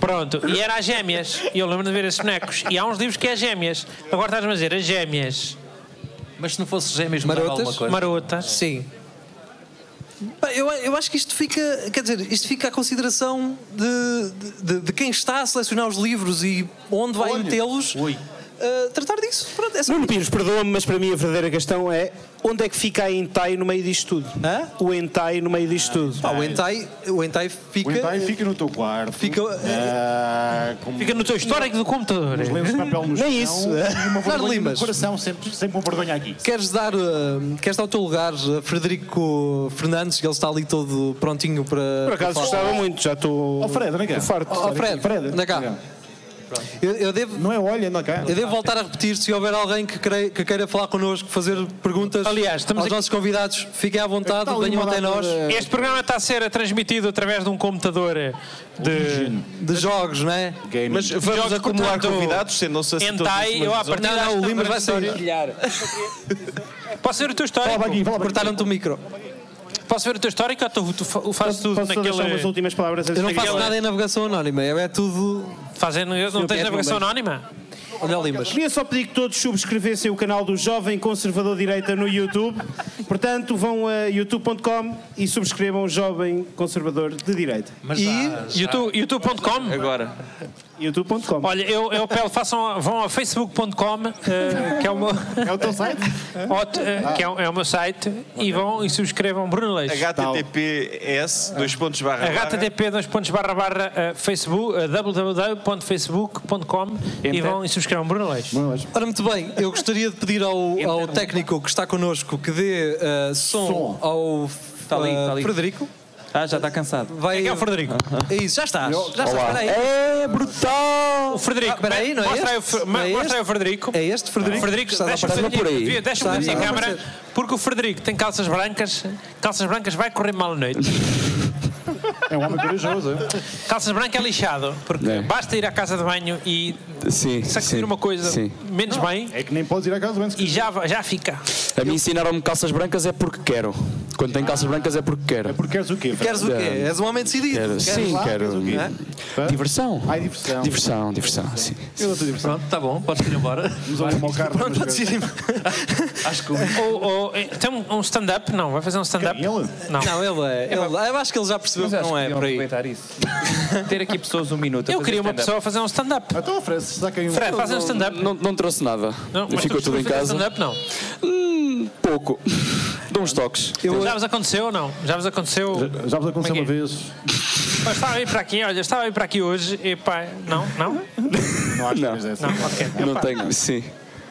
Speaker 3: Pronto, e era as gêmeas. E eu lembro de ver esses bonecos. E há uns livros que é as gêmeas. Agora estás-me a dizer, as gêmeas.
Speaker 4: Mas se não fosse gêmeas, mudava alguma coisa?
Speaker 3: Marotas.
Speaker 2: Sim. Pá, Eu, eu acho que isto fica, quer dizer, isto fica à consideração de, de, de quem está a selecionar os livros e onde vai metê-los. eh, tratar disso. Pronto, é só-
Speaker 13: Nuno Pires, perdoa-me, mas para mim a verdadeira questão é onde é que fica a hentai no meio disto tudo? O hentai no meio disto tudo.
Speaker 2: Pá, o hentai, o hentai fica.
Speaker 13: O hentai
Speaker 10: fica no teu quarto. Ah,
Speaker 2: Fica.
Speaker 3: Fica no teu histórico do computador.
Speaker 10: Os lenços de papel um no
Speaker 3: Nem
Speaker 10: chão
Speaker 3: isso.
Speaker 10: e uma
Speaker 2: Claro,
Speaker 10: vergonha no
Speaker 2: Limas.
Speaker 10: coração, sempre, sempre uma vergonha aqui.
Speaker 2: Queres dar, eh, queres dar o teu lugar a Frederico Fernandes, que ele está ali todo prontinho para.
Speaker 13: Por acaso
Speaker 2: para falar.
Speaker 13: gostava muito, já estou.
Speaker 10: é
Speaker 2: Ó, Fred, vem cá.
Speaker 13: estou farto.
Speaker 2: Ó, Fred, anda cá. Eu, eu devo,
Speaker 10: não é olha, não cá.
Speaker 2: Eu devo voltar a repetir, se houver alguém que, crei- que queira falar connosco, fazer perguntas
Speaker 3: Aliás, estamos
Speaker 2: aos
Speaker 3: aqui-
Speaker 2: nossos convidados, fiquem à vontade,
Speaker 3: Está ali
Speaker 2: venham
Speaker 3: Então, uma
Speaker 2: até
Speaker 3: data
Speaker 2: nós.
Speaker 3: de- Este programa está a ser transmitido através de um computador eh, de,
Speaker 2: de jogos, não é?
Speaker 7: Mas vamos acumular convidados, sendo-se assim todos
Speaker 3: Hentai,
Speaker 7: numa
Speaker 3: eu à
Speaker 7: visão.
Speaker 3: partida
Speaker 7: Não, não,
Speaker 3: acho
Speaker 7: o
Speaker 3: que
Speaker 7: Limas vai
Speaker 3: estamos na
Speaker 7: sair.
Speaker 3: história. Posso ver o teu histórico?
Speaker 2: Cortaram-te o micro.
Speaker 3: Posso ver é o teu histórico ou tu, tu fa- fazes tudo
Speaker 13: Posso só
Speaker 3: naquele...
Speaker 13: deixar umas últimas palavras
Speaker 2: Eu não faço nada em navegação anónima, eu é tudo.
Speaker 3: Fazendo, não
Speaker 13: Senhor
Speaker 3: tens
Speaker 13: Pedro,
Speaker 3: navegação
Speaker 13: um beijo.
Speaker 3: anónima?
Speaker 2: Olha, Limas.
Speaker 13: Queria só pedir que todos subscrevessem o canal do Jovem Conservador Direita no YouTube. Portanto, vão a youtube.com e subscrevam o Jovem Conservador de Direita.
Speaker 3: e YouTube- youtube.com?
Speaker 8: Agora.
Speaker 13: youtube.com.
Speaker 3: Olha, eu, eu apelo, façam, vão a facebook.com, eh, que é o meu.
Speaker 13: É o teu site? Ah.
Speaker 3: que é, o- é o meu site, e vão e subscrevam Bruno Leixo.
Speaker 7: HTTPS, dois pontos barra. barra.
Speaker 3: http dois pontos barra barra eh, facebook eh, www.facebook.com e vão e subscrevam Bruno Leixo.
Speaker 2: Ora, muito bem, eu gostaria de pedir ao, ao técnico que está connosco que dê eh, som, ao eh,
Speaker 8: Está ali, está ali.
Speaker 2: Frederico.
Speaker 8: Ah, já está cansado.
Speaker 2: Vai...
Speaker 8: é o Frederico?
Speaker 2: É isso, já estás. Já estás,
Speaker 8: Olá.
Speaker 2: espera aí.
Speaker 3: É brutal! O Frederico,
Speaker 2: espera aí, não é
Speaker 3: Ah, mostra, aí o
Speaker 2: este?
Speaker 3: Fe-
Speaker 2: Não é
Speaker 3: mostra aí o
Speaker 2: este?
Speaker 3: Frederico.
Speaker 2: É este Frederico?
Speaker 3: Frederico,
Speaker 2: Está a
Speaker 3: deixa-me
Speaker 2: aparecer.
Speaker 3: ver
Speaker 2: Por aí.
Speaker 3: aqui- deixa-me ver
Speaker 2: Está a
Speaker 3: aqui a câmara, porque o Frederico tem calças brancas, calças brancas vai correr mal à noite.
Speaker 10: É um homem corajoso, é?
Speaker 3: Calças brancas é lixado, porque
Speaker 10: É.
Speaker 3: basta ir à casa de banho e
Speaker 18: Sim,
Speaker 3: sacudir
Speaker 18: sim,
Speaker 3: uma coisa
Speaker 18: sim.
Speaker 3: menos bem
Speaker 10: É que nem podes ir à casa antes.
Speaker 3: e já, va- já fica.
Speaker 18: A mim ensinaram-me calças brancas é porque quero.
Speaker 13: Quando tem calças brancas é porque quer. É
Speaker 10: porque queres o quê?
Speaker 2: Queres o quê?
Speaker 13: É.
Speaker 2: És um homem decidido.
Speaker 13: Quero-
Speaker 2: Queres
Speaker 13: sim,
Speaker 2: lá,
Speaker 13: quero.
Speaker 2: queres o quê?
Speaker 13: Hã? Diversão. Ai, diversão. Diversão, diversão, sim.
Speaker 19: Eu dou-te diversão. Pronto,
Speaker 2: Tá
Speaker 19: está bom, podes ir embora. Vamos
Speaker 13: ao carro.
Speaker 19: Pronto, podes ir embora. Acho que o
Speaker 3: Ou, ou, eh, tem um um stand-up? Não, vai fazer um stand-up?
Speaker 10: é
Speaker 3: Não.
Speaker 10: então
Speaker 2: Não, ele é. Ele, eu acho que ele já percebeu que não é por aí.
Speaker 8: Ter aqui pessoas um minuto.
Speaker 3: Eu queria uma pessoa a fazer um stand-up.
Speaker 10: Então oferece, saquem um.
Speaker 3: Fred, fazem um stand-up.
Speaker 13: Não, não trouxe nada.
Speaker 3: Não, mas
Speaker 13: Ficou
Speaker 3: tu
Speaker 13: tudo em
Speaker 3: costumas
Speaker 13: casa.
Speaker 3: fazer stand-up, não?
Speaker 13: Hum, pouco. Dou uns toques.
Speaker 3: Já vos aconteceu ou não? Já vos aconteceu?
Speaker 10: Já vos
Speaker 3: é
Speaker 10: aconteceu uma vez.
Speaker 3: Eu estava a vir para aqui, olha, eu estava a vir para aqui hoje e pá, não, não?
Speaker 10: Não acho que não. dessa. Não,
Speaker 13: Não tenho, sim.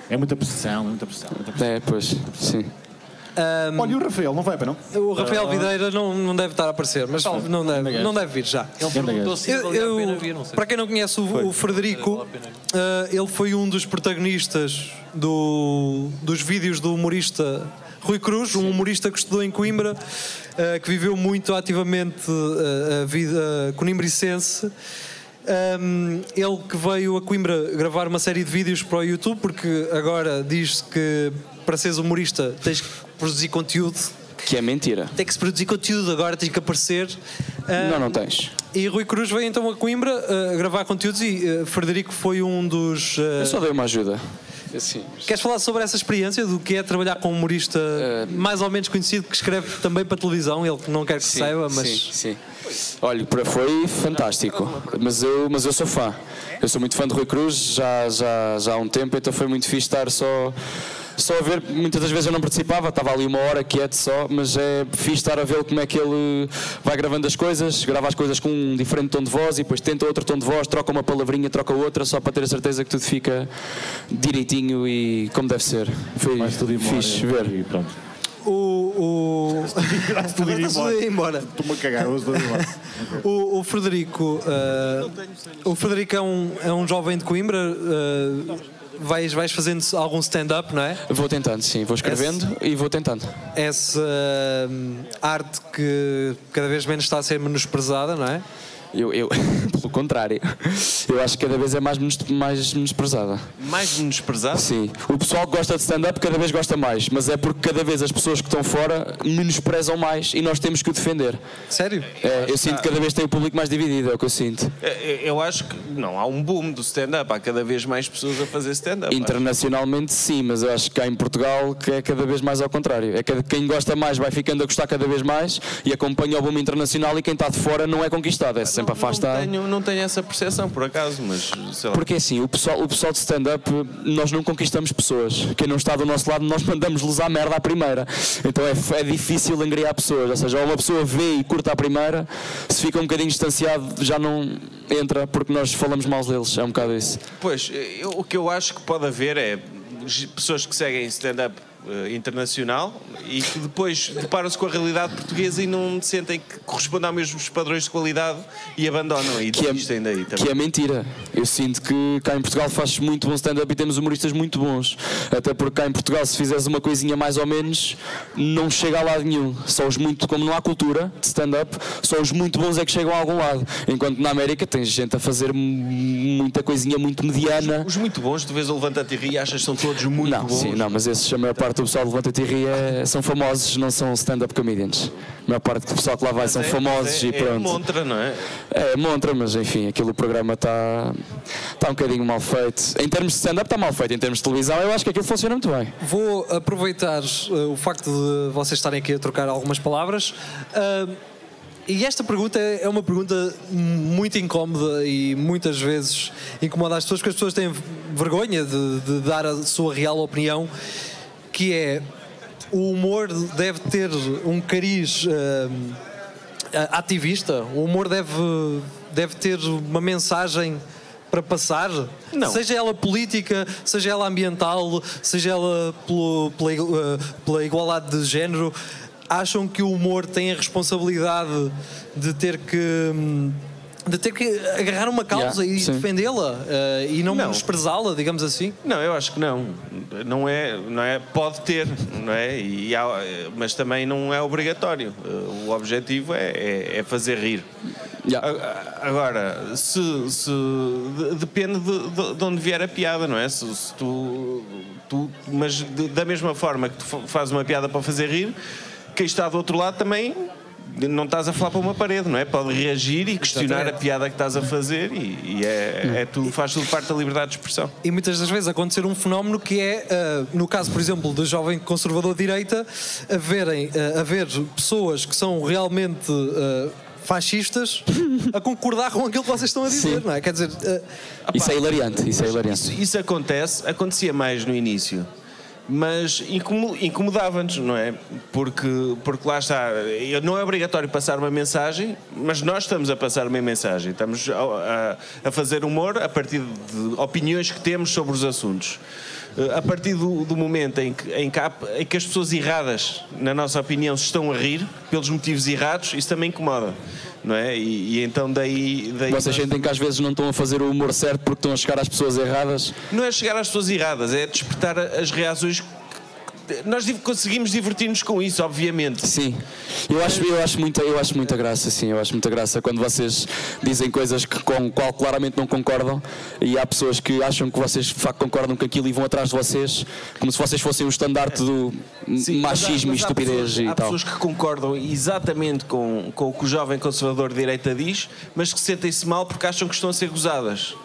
Speaker 10: É muita pressão, é muita pressão. muita pressão.
Speaker 13: É, pois, sim.
Speaker 10: Olha, e o Rafael não vai para não?
Speaker 2: O Rafael Videira não, não deve estar a aparecer, mas não deve, não deve vir já.
Speaker 10: Ele perguntou
Speaker 19: se valia a pena vir, não sei.
Speaker 2: Para quem não conhece o, o Frederico, eh, ele foi um dos protagonistas do- dos vídeos do humorista Rui Cruz, um humorista que estudou em Coimbra, eh, que viveu muito ativamente eh, a vida conimbricense. Um, ele que veio a Coimbra gravar uma série de vídeos para o YouTube, porque agora diz que para seres humorista tens que produzir conteúdo
Speaker 13: Que é mentira.
Speaker 2: tem que se produzir conteúdo, agora tens que aparecer. Ah,
Speaker 13: Não, não tens.
Speaker 2: E Rui Cruz veio então a Coimbra ah, gravar conteúdos e ah, Frederico foi um dos. ah,
Speaker 13: Eu só dei uma ajuda. Sim.
Speaker 2: Queres falar sobre essa experiência do que é trabalhar com um humorista mais ou menos conhecido que escreve também para televisão? Ele que não quer que se saiba, mas.
Speaker 13: Sim, sim. Olha, para- foi fantástico. Mas eu, mas eu sou fã. Eu sou muito fã de Rui Cruz já, já, já há um tempo, então foi muito fixe estar só, só a ver. Muitas das vezes eu não participava, estava ali uma hora quieto só, mas é fixe estar a ver como é que ele vai gravando as coisas, grava as coisas com um diferente tom de voz e depois tenta outro tom de voz, troca uma palavrinha, troca outra, só para ter a certeza que tudo fica direitinho e como deve ser. Foi fixe ver.
Speaker 2: O. o...
Speaker 10: tudo ir
Speaker 2: Está-se
Speaker 10: embora.
Speaker 2: tudo a ir embora.
Speaker 10: Estou-me a cagar, hoje estou a ir embora.
Speaker 2: O, o Frederico. ah, o Frederico é um, é um jovem de Coimbra. ah, vais, vais fazendo algum stand-up, não é?
Speaker 13: Vou tentando, sim, vou escrevendo e vou tentando.
Speaker 2: essa hum, arte que cada vez menos está a ser menosprezada, não é?
Speaker 13: Eu, eu- pelo contrário, eu acho que cada vez é mais, menos- mais menosprezada.
Speaker 7: Mais menosprezado?
Speaker 13: Sim. O pessoal que gosta de stand-up cada vez gosta mais, mas é porque cada vez as pessoas que estão fora menosprezam mais e nós temos que o defender.
Speaker 2: Sério?
Speaker 13: É, eu sinto que cada vez tem o público mais dividido, é o que eu sinto.
Speaker 7: Eu eu acho que não, há um boom do stand-up, há cada vez mais pessoas a fazer stand-up.
Speaker 13: Internacionalmente sim, mas eu acho que cá em Portugal que é cada vez mais ao contrário. É que quem gosta mais vai ficando a gostar cada vez mais e acompanha o boom internacional e quem está de fora não é conquistado, é sempre afastado.
Speaker 7: Tenho- não tenho essa percepção, por acaso, mas sei lá.
Speaker 13: Porque assim, o pessoal, o pessoal de stand-up, nós não conquistamos pessoas. Quem não está do nosso lado, nós mandamos-lhes à merda à primeira. Então é, f- é difícil angriar pessoas. Ou seja, ou uma pessoa vê e curta à primeira, se fica um bocadinho distanciado, já não entra, porque nós falamos mal deles. É um bocado isso.
Speaker 7: Pois, eh, eu- o que eu acho que pode haver é g- pessoas que seguem stand-up eh, internacional e que depois deparam-se com a realidade portuguesa e não sentem que corresponde aos mesmos padrões de qualidade e abandonam e desistem daí também.
Speaker 13: Que é mentira. Eu sinto que cá em Portugal faz muito bom stand-up e temos humoristas muito bons. Até porque cá em Portugal, se fizeres uma coisinha mais ou menos, não chega a lado nenhum. Só os muito, como não há cultura de stand-up, só os muito bons é que chegam a algum lado. Enquanto na América tens gente a fazer mu- muita coisinha muito mediana.
Speaker 7: Os muito bons, tu vês o Levanta-te e ri e achas que são todos muito
Speaker 13: é- Não,
Speaker 7: bons.
Speaker 13: sim, não, mas esses, a maior parte do pessoal de Levanta-te e Ri é- são famosos, não são stand-up comedians. A maior parte do pessoal que lá vai são
Speaker 7: É-
Speaker 13: famosos
Speaker 7: é-
Speaker 13: e
Speaker 7: É
Speaker 13: pronto.
Speaker 7: montra, não é?
Speaker 13: É montra, mas enfim, aquilo programa está tá um bocadinho mal feito. Em termos de stand-up
Speaker 8: tá
Speaker 13: está mal feito, em termos de televisão eu acho que aquilo funciona muito bem.
Speaker 2: Vou aproveitar eh, o facto de vocês estarem aqui a trocar algumas palavras. Ah, e esta pergunta é é uma pergunta muito incómoda e muitas vezes incomoda as pessoas, porque as pessoas têm vergonha de, de dar a sua real opinião, que é o humor deve ter um cariz hum, ah, ativista, o humor deve, deve ter uma mensagem para passar,
Speaker 7: Não.
Speaker 2: seja ela política, seja ela ambiental, seja ela pelo- pela, eh, pela igualdade de género, acham que o humor tem a responsabilidade de ter que hum, de ter que agarrar uma causa
Speaker 7: Yeah,
Speaker 2: e
Speaker 7: sim.
Speaker 2: defendê-la eh, e não, menosprezá-la, digamos assim?
Speaker 7: Não, eu acho que não. Não é, não é pode ter, não é? E há- mas também não é obrigatório. Uh, O objetivo é, é- é fazer rir. A- a- Agora, se, se- de- depende de, de- de onde vier a piada, não é? Se, se tu, tu- mas de- da mesma forma que tu fa- fazes uma piada para fazer rir, quem está do outro lado também não estás a falar para uma parede, não é? Pode reagir e questionar a piada que estás a fazer e, e é, é tudo, faz tudo parte da liberdade de expressão.
Speaker 2: E muitas das vezes acontecer um fenómeno que é, ah, no caso, por exemplo, do jovem conservador de direita, haverem, ah, haver pessoas que são realmente ah, fascistas a concordar com aquilo que vocês estão a dizer, não é? Quer dizer, ah,
Speaker 8: Isso é hilariante, isso é hilariante.
Speaker 7: Isso, isso acontece, acontecia mais no início, mas incomo- incomodava-nos, não é? Porque, porque lá está, eu- não é obrigatório passar uma mensagem, mas nós estamos a passar uma mensagem, estamos a, a- a fazer humor a partir de opiniões que temos sobre os assuntos. Eh, A partir do, do momento em que, em, que há- em que as pessoas erradas, na nossa opinião, se estão a rir pelos motivos errados, isso também incomoda, não é? E, e então daí, daí
Speaker 8: Vocês sentem que às vezes não estão a fazer o humor certo porque estão a chegar às pessoas erradas?
Speaker 7: não é chegar às pessoas erradas, é despertar as reações. que- Nós div- conseguimos divertir-nos com isso, obviamente.
Speaker 8: Sim. Eu acho, eu acho muita, eu acho muita graça, sim, eu acho muita graça quando vocês dizem coisas que com qual claramente não concordam e há pessoas que acham que vocês de facto concordam com aquilo e vão atrás de vocês, como se vocês fossem o estandarte do machismo
Speaker 7: Mas há- mas há
Speaker 8: e estupidez
Speaker 7: pessoas-
Speaker 8: e
Speaker 7: Há
Speaker 8: tal.
Speaker 7: pessoas que concordam exatamente com, com o que o jovem conservador de direita diz, mas que sentem-se mal porque acham que estão a ser gozadas.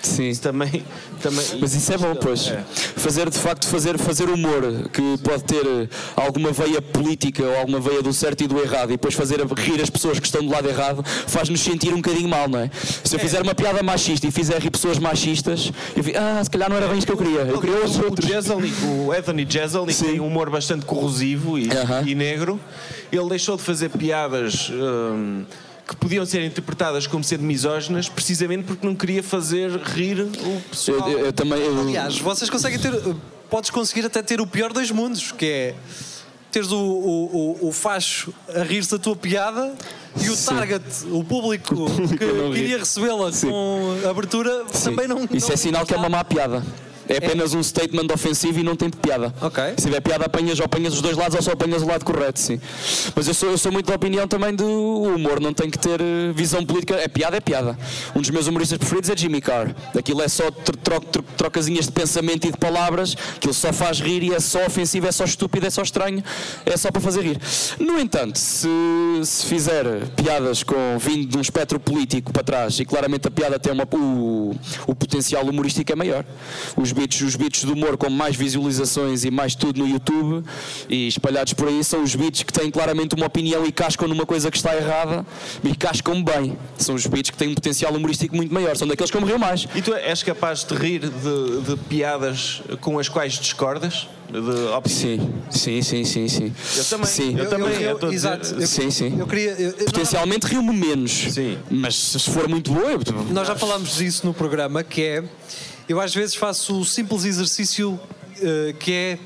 Speaker 8: Sim.
Speaker 7: também, também.
Speaker 8: Mas isso é bom, pois.
Speaker 7: É.
Speaker 8: Fazer, de facto, fazer, fazer humor que pode ter eh, alguma veia política ou alguma veia do certo e do errado e depois fazer a- rir as pessoas que estão do lado errado faz-nos sentir um bocadinho mal, não é? Se eu fizer uma piada machista e fizer rir pessoas machistas, eu vi, ah, se calhar não era bem isto que eu queria. Eu queria os outros.
Speaker 7: O Jezelnik, o Anthony Jezelnik tem um humor bastante corrosivo e, e negro. Ele deixou de fazer piadas hum, que podiam ser interpretadas como sendo misóginas, precisamente porque não queria fazer rir o pessoal.
Speaker 8: Eu, também.
Speaker 2: Aliás, vocês conseguem ter. Podes conseguir até ter o pior dos mundos, que é teres o, o, o, o facho a rir-se da tua piada e o target, o público que
Speaker 8: não ri.
Speaker 2: queria recebê-la com abertura, também não.
Speaker 8: Isso é sinal que é uma má piada. É apenas um statement ofensivo e não tem piada. Se tiver piada, apanhas ou apanhas os dois lados ou só apanhas o lado correto, sim. Mas eu sou, eu sou muito da opinião também do humor, não tem que ter eh, visão política. É piada, é piada. Um dos meus humoristas preferidos é Jimmy Carr. Aquilo é só tro- tro- tro- trocazinhas de pensamento e de palavras, aquilo só faz rir e é só ofensivo, é só estúpido, é só estranho, é só para fazer rir. No entanto, se, se fizer piadas com vindo de um espectro político para trás e claramente a piada tem é uma, o, o potencial humorístico é maior. Os bits, os bits de humor com mais visualizações e mais tudo no YouTube e espalhados por aí são os bits que têm claramente uma opinião e cascam numa coisa que está errada e cascam bem. São os bits que têm um potencial humorístico muito maior. São daqueles que eu morreu mais.
Speaker 7: E tu és capaz de rir de, de piadas com as quais discordas? De sim,
Speaker 8: sim, sim, sim, sim.
Speaker 7: Eu também.
Speaker 8: Sim.
Speaker 7: Eu, também.
Speaker 8: Eu- eu-
Speaker 7: estou a dizer-
Speaker 8: exato. Eu- Sim, sim. eu queria- Potencialmente rio-me menos. Sim. Mas se for muito boa, eu... tipo,
Speaker 2: Nós já falámos disso no programa, que é. Eu às vezes faço o simples exercício eh, que é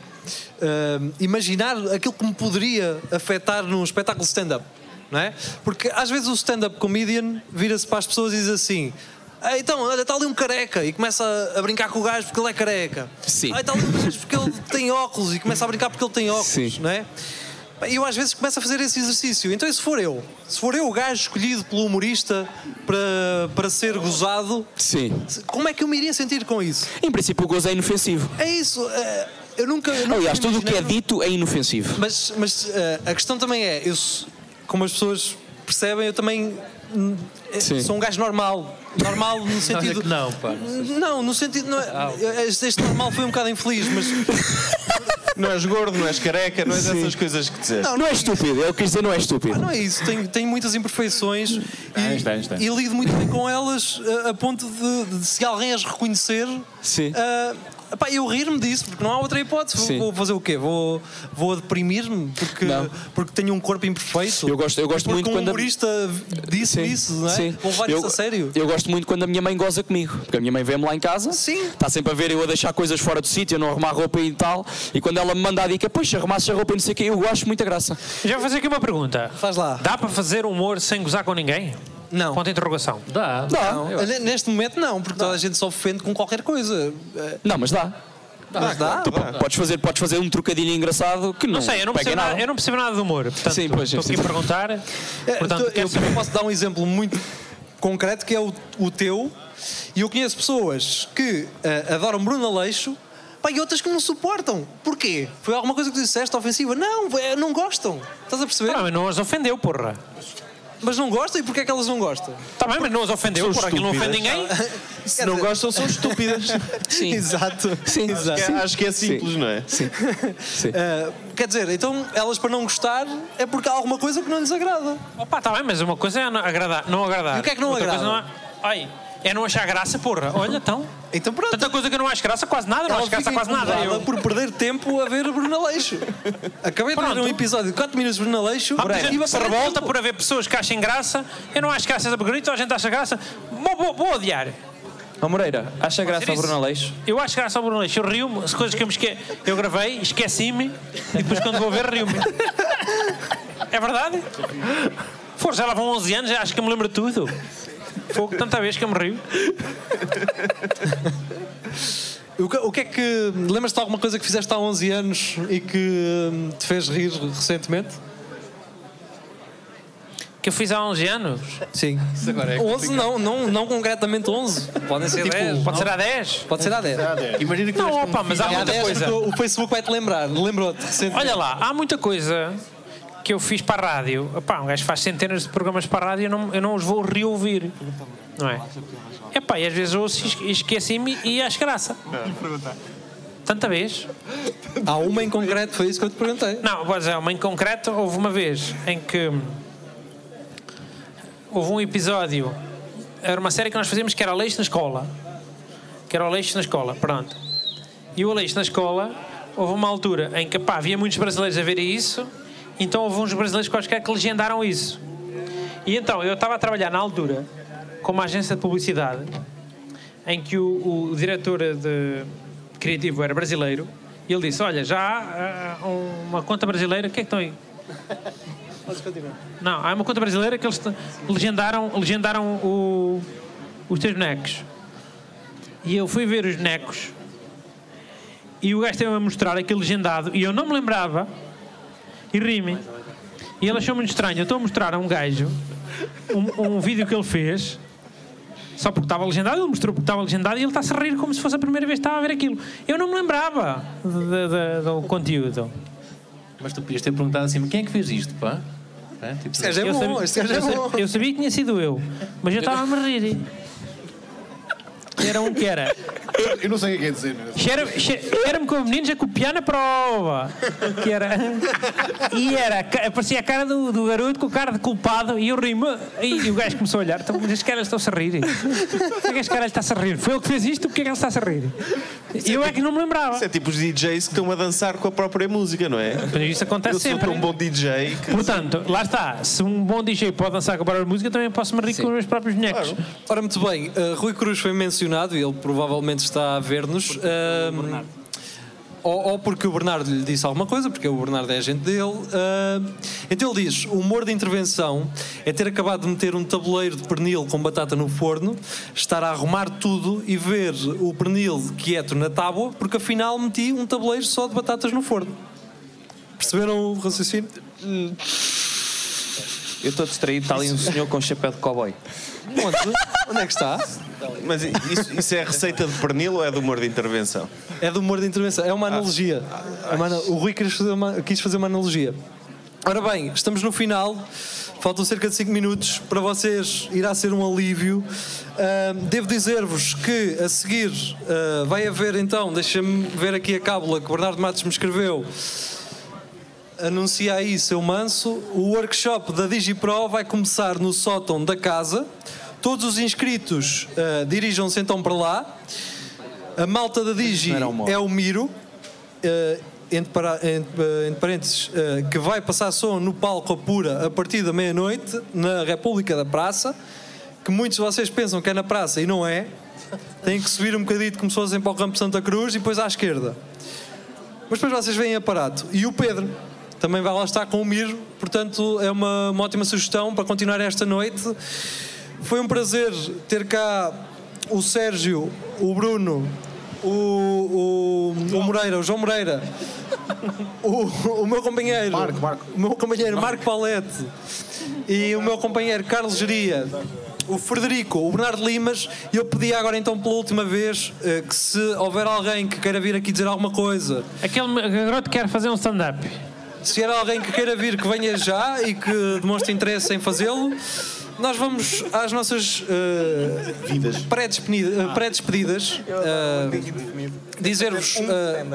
Speaker 2: eh, imaginar aquilo que me poderia afetar num espetáculo stand-up, não é? Porque às vezes o stand-up comedian vira-se para as pessoas e diz assim. "Ah, Então, olha, está ali um careca e começa a, a brincar com o gajo porque ele é careca. Sim. Ah, está ali um gajo porque ele tem óculos e começa a brincar porque ele tem óculos, não é? Bem, Eu às vezes começo a fazer esse exercício. Então, e se for eu? Se for eu o gajo escolhido pelo humorista para, para ser gozado,
Speaker 8: Sim.
Speaker 2: como é que eu me iria sentir com isso?
Speaker 8: Em princípio, o gozo é inofensivo.
Speaker 2: É isso. eh, Eu nunca. eu nunca
Speaker 8: Aliás, tudo o que é
Speaker 2: imaginei-
Speaker 8: dito é inofensivo.
Speaker 2: Mas, mas eh, a questão também é, eu, s- como as pessoas percebem, eu também hum, eh,
Speaker 8: Sim.
Speaker 2: sou um gajo normal. Normal no sentido.
Speaker 20: que não, pá.
Speaker 2: Não, no sentido. Não é, este, este normal foi um bocado infeliz, mas.
Speaker 7: Não és gordo, não és careca, não és essas coisas que dizes.
Speaker 8: Não, não é estúpido, eu quis dizer não é estúpido.
Speaker 2: Não é isso, tenho, tenho muitas imperfeições e,
Speaker 8: tens.
Speaker 2: e lido muito bem com elas eh, a ponto de, de se alguém as reconhecer.
Speaker 8: Sim.
Speaker 2: eh, epá, eu rir-me disso, porque não há outra hipótese. Vou-
Speaker 8: Sim.
Speaker 2: Vou fazer o quê? Vou, vou deprimir-me porque, porque tenho um corpo imperfeito?
Speaker 8: Eu gosto, eu gosto
Speaker 2: porque
Speaker 8: muito
Speaker 2: um
Speaker 8: quando a-
Speaker 2: humorista disse
Speaker 8: Sim,
Speaker 2: isso, não é?
Speaker 8: sim.
Speaker 2: Vou levar
Speaker 8: eu,
Speaker 2: isso a sério.
Speaker 8: Eu gosto muito quando a minha mãe goza comigo, porque a minha mãe vê-me lá em casa, está sempre a ver eu a deixar coisas fora do sítio, eu não arrumar roupa e tal, e quando ela me manda a dica, pois arrumaste a roupa e não sei o quê, eu acho muita graça.
Speaker 3: Já vou fazer aqui uma pergunta.
Speaker 2: Faz lá.
Speaker 3: Dá para fazer humor sem gozar com ninguém?
Speaker 2: Não.
Speaker 3: Ponto de interrogação.
Speaker 20: Dá.
Speaker 2: Não, n- neste momento não, porque toda a gente se ofende com qualquer coisa. Eh,
Speaker 8: Não, mas dá.
Speaker 2: Mas dá?
Speaker 8: Tu po- Podes, fazer, podes fazer um trocadilho engraçado que não,
Speaker 3: Não sei, eu não
Speaker 8: pega
Speaker 3: percebo
Speaker 8: nada.
Speaker 3: nada, eu não percebo nada de humor. Portanto,
Speaker 8: Sim, pois,
Speaker 3: estou
Speaker 8: sim,
Speaker 3: aqui
Speaker 8: sim.
Speaker 3: a perguntar.
Speaker 2: Eh,
Speaker 3: Portanto,
Speaker 2: então, eu posso dar um exemplo muito concreto que é o, o teu. E eu conheço pessoas que eh, adoram Bruno Aleixo, Pá, e outras que não suportam. Porquê? Foi alguma coisa que tu disseste ofensiva? Não, é, não gostam. Estás a perceber?
Speaker 3: Não, Tá mas não as ofendeu, porra.
Speaker 2: Mas não gostam e porquê é que elas não gostam?
Speaker 3: Tá bem, mas não as ofendeu,
Speaker 2: São
Speaker 3: porra, aquilo não ofende
Speaker 2: estúpidas.
Speaker 3: ninguém.
Speaker 2: Se não gostam, são estúpidas. Sim. Exato. Sim,
Speaker 7: Acho que é- acho que é simples, não é?
Speaker 2: Sim. Ah, quer dizer, então elas para não gostar é porque há alguma coisa que não lhes agrada.
Speaker 3: Opa, tá bem, mas uma coisa é não agradar. Não agradar.
Speaker 2: E o que é que não
Speaker 3: Outra
Speaker 2: agrada?
Speaker 3: coisa não é... Ai, é não achar graça, porra. Olha, então.
Speaker 2: Então pronto.
Speaker 3: Tanta coisa que eu não acho graça, quase nada. Não
Speaker 2: Ela
Speaker 3: acho graça,
Speaker 2: fica
Speaker 3: quase nada.
Speaker 2: incomodada
Speaker 3: Eu...
Speaker 2: por perder tempo a ver o Bruno Aleixo. Acabei de ver um episódio de 4 minutos de Bruno Aleixo.
Speaker 3: Há muita
Speaker 2: Breve.
Speaker 3: gente que se revolta por haver pessoas que achem graça. Eu não acho graça essa bonita, a gente acha graça. Vou, vou, vou odiar.
Speaker 8: Ó Moreira, acha graça ao Bruno Aleixo?
Speaker 3: Eu acho graça ao Bruno Leixo. Eu rio-me, as coisas que eu me esque... Eu gravei, esqueci-me e depois quando vou ver rio-me. É verdade? Pô, já lá vão 11 anos, já acho que eu me lembro de tudo. Fogo, tanta vez que eu me rio.
Speaker 2: O que, o que é que. Lembras-te de alguma coisa que fizeste há 11 anos e que hum, te fez rir recentemente?
Speaker 3: Que eu fiz há 11 anos?
Speaker 2: Sim. Isso agora é 11 não, não, não concretamente 11. Podem ser
Speaker 3: Tipo,
Speaker 2: 10.
Speaker 3: pode
Speaker 2: não?
Speaker 3: ser há 10?
Speaker 2: Pode ser há 10.
Speaker 3: Imagina que Não, tiveste opa, um mas há filho. muita coisa.
Speaker 2: porque é, O Facebook vai-te lembrar. Lembrou-te recentemente.
Speaker 3: Olha lá, há muita coisa que eu fiz para a rádio. Epá, um gajo faz centenas de programas para a rádio e eu não, eu não os vou reouvir. Não é? Epá, e às vezes ouço e esque- e esqueci-me e acho graça. Tanta vez.
Speaker 2: Há uma em concreto, foi isso que eu te perguntei.
Speaker 3: Não, pois é, uma em concreto, houve uma vez em que houve um episódio, era uma série que nós fazíamos que era Aleixo na escola. Que era o Aleixo na escola, pronto. E o Aleixo na escola, houve uma altura em que pá, havia muitos brasileiros a ver isso, então houve uns brasileiros quaisquer que legendaram isso. E então, eu estava a trabalhar na altura com uma agência de publicidade em que o, o diretor de criativo era brasileiro e ele disse: Olha, já há ah, uma conta brasileira, o que é que estão aí?
Speaker 2: Podes continuar.
Speaker 3: Não, há uma conta brasileira que eles te- legendaram, legendaram o- os teus bonecos. E eu fui ver os bonecos e o gajo esteve a mostrar aquele legendado e eu não me lembrava e ri-me. E ele achou muito estranho. Eu estou a mostrar a um gajo um, um vídeo que ele fez só porque estava legendado, ele mostrou porque estava legendado e ele está-se a rir como se fosse a primeira vez que estava a ver aquilo. Eu não me lembrava de- de- de- do conteúdo.
Speaker 4: Mas tu podias ter perguntado assim, mas quem é que fez isto, pá? É, tipo,
Speaker 3: Eu sabia- eu sabia- Eu sabia que tinha sido eu, mas eu estava a me rir. Era um que era.
Speaker 10: Eu não sei o que é dizer, meu.
Speaker 3: Cheira- che- Cheira-me com meninos a copiar na prova. Que era. E era. ca- Parecia a cara do, do garoto com o cara de culpado e eu ri-me. E, e o gajo começou a olhar. Então, mas as caras estão-se a rir. Por que as caras está-se a rir? Foi ele que fez isto, porque é que ele está-se a rir? E eu é que não me lembrava.
Speaker 7: Isso é tipo os DJs que estão a dançar com a própria música, não é?
Speaker 3: Isso acontece
Speaker 7: Eu sou
Speaker 3: sempre.
Speaker 7: tão bom DJ que...
Speaker 3: Portanto, lá está. Se um bom DJ pode dançar com a barulho de música, também posso me rir com os meus próprios bonecos.
Speaker 2: Ora, muito bem, uh, Rui Cruz foi mencionado e ele provavelmente está a ver-nos. um, ou, ou porque o Bernardo lhe disse alguma coisa, porque o Bernardo é agente dele. um, então ele diz: o humor de intervenção é ter acabado de meter um tabuleiro de pernil com batata no forno, estar a arrumar tudo e ver o pernil quieto na tábua, porque afinal meti um tabuleiro só de batatas no forno. Perceberam o raciocínio?
Speaker 8: Eu estou distraído, está ali um senhor com um chapéu de cowboy.
Speaker 2: Onde? Onde é que está?
Speaker 7: Mas isso, isso é receita de pernil ou é do humor de intervenção?
Speaker 2: É do humor de intervenção, é uma analogia. É uma ana- o Rui quis fazer, uma, quis fazer uma analogia. Ora bem, estamos no final, faltam cerca de 5 minutos, para vocês irá ser um alívio. Ahm, devo dizer-vos que a seguir ah, vai haver então, deixa-me ver aqui a cábula que o Bernardo Matos me escreveu. Anuncia aí, seu manso. O workshop da DigiPro vai começar no sótão da casa. Todos os inscritos ah, dirijam-se então para lá. A malta da Digi é o Miro, eh, entre, para- entre- eh, entre parênteses, eh, que vai passar som no palco Apura a partir da meia-noite, na República da Praça, que muitos de vocês pensam que é na praça e não é. Têm que subir um bocadinho como se fossem para o Campo Santa Cruz e depois à esquerda. Mas depois vocês veem aparato. E o Pedro também vai lá estar com o Miro, portanto é uma, uma ótima sugestão para continuar esta noite. Foi um prazer ter cá o Sérgio, o Bruno, o, o, o Moreira, o João Moreira, o, o meu companheiro, o meu companheiro Marco Palete e o meu companheiro Carlos Geria o Frederico, o Bernardo Limas, e eu pedi agora então pela última vez eh, que se houver alguém que queira vir aqui dizer alguma coisa.
Speaker 3: Aquele garoto quer fazer um stand-up.
Speaker 2: Se houver alguém que queira vir, que venha já e que demonstre interesse em fazê-lo. Nós vamos às nossas eh, pré-despedida- eh, pré-despedidas. eh, Dizer-vos eh,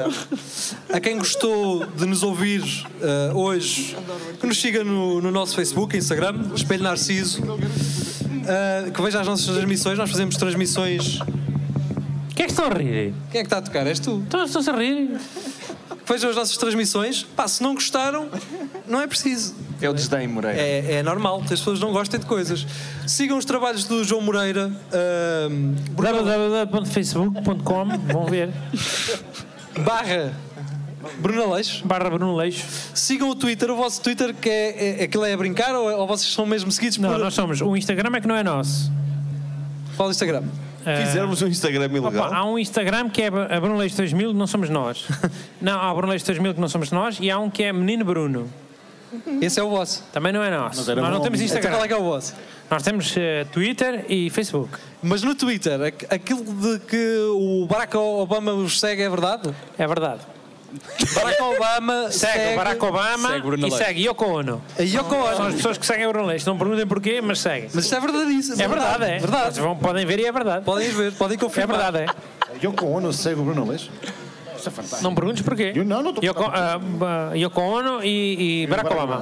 Speaker 2: a quem gostou de nos ouvir eh, hoje, que nos siga no, no nosso Facebook, Instagram, Espelho Narciso, eh, que veja as nossas transmissões. Nós fazemos transmissões.
Speaker 3: Quem é que está a rir?
Speaker 2: Quem é que está a tocar? És tu?
Speaker 3: Estou-se a rir.
Speaker 2: Que vejam as nossas transmissões. Pá, se não gostaram, não é preciso.
Speaker 21: É o desdém, Moreira.
Speaker 2: É, é normal que as pessoas não gostem de coisas. Sigam os trabalhos do João Moreira. ehm,
Speaker 3: www.facebook.com Vão ver.
Speaker 2: barra Bruno Leixo.
Speaker 3: Barra Bruno Leixo.
Speaker 2: Sigam o Twitter, o vosso Twitter, que é, é aquilo é a brincar ou, ou vocês são mesmo seguidos
Speaker 3: Não, nós somos. O Instagram é que não é nosso.
Speaker 2: Qual Instagram?
Speaker 7: Fizermos um Instagram ilegal.
Speaker 3: há um Instagram que é a Bruno Leixo 2000 que não somos nós. não, há a Bruno Leixo 2000 que não somos nós e há um que é Menino Bruno.
Speaker 2: Esse é o vosso.
Speaker 3: Também não é nosso.
Speaker 2: Mas
Speaker 3: Nós
Speaker 2: era
Speaker 3: não
Speaker 2: bom.
Speaker 3: temos
Speaker 2: Então
Speaker 3: Instagram.
Speaker 2: qual é que é o vosso?
Speaker 3: Nós temos eh, Twitter e Facebook.
Speaker 2: Mas no Twitter, aqu- aquilo de que o Barack Obama os segue é verdade?
Speaker 3: É verdade.
Speaker 2: Barack Obama
Speaker 3: Segue,
Speaker 2: segue,
Speaker 3: o Barack Obama
Speaker 2: segue Bruno
Speaker 3: e
Speaker 2: Leixo.
Speaker 3: segue Yoko Ono.
Speaker 2: A Yoko Ono.
Speaker 3: São as pessoas que seguem o Bruno Leixo. Não perguntem porquê, mas seguem.
Speaker 2: Mas isto é verdade. Isso
Speaker 3: É verdade, é. Vocês vão- podem ver e é verdade.
Speaker 2: Podem ver, podem confirmar.
Speaker 3: É verdade, é.
Speaker 10: Yoko Ono segue o Bruno Leixo? Isso é fantástico.
Speaker 3: Não perguntes porquê.
Speaker 10: não, não estou
Speaker 3: Yoko, ah, ah, Yoko Ono e, e Barack Obama.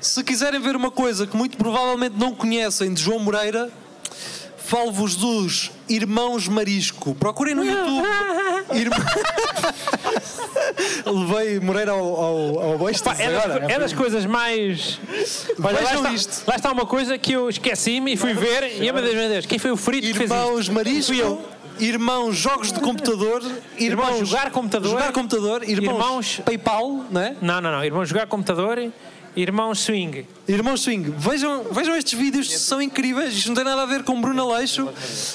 Speaker 2: Se quiserem ver uma coisa que muito provavelmente não conhecem de João Moreira, falo-vos dos Irmãos Marisco. Procurem no YouTube. Irm- Levei Moreira ao, ao, ao beijo.
Speaker 3: Pá, é, das, é das coisas mais. Olha, lá
Speaker 2: Vejam
Speaker 3: está,
Speaker 2: isto.
Speaker 3: lá está uma coisa que eu esqueci-me e fui ver. E eu, meu Deus, meu Deus, quem foi o frito que fez
Speaker 2: Irmãos
Speaker 3: isto?
Speaker 2: Marisco.
Speaker 3: Fui eu.
Speaker 2: Irmãos Jogos de Computador.
Speaker 3: Irmãos Jogar Computador.
Speaker 2: Jogar Computador. Irmãos,
Speaker 3: Irmãos-
Speaker 2: PayPal, não é?
Speaker 3: Não, não, não. Irmão jogar computador, irmão swing.
Speaker 2: Irmão Swing, vejam, vejam estes vídeos, são incríveis. Isto não tem nada a ver com Bruno Aleixo,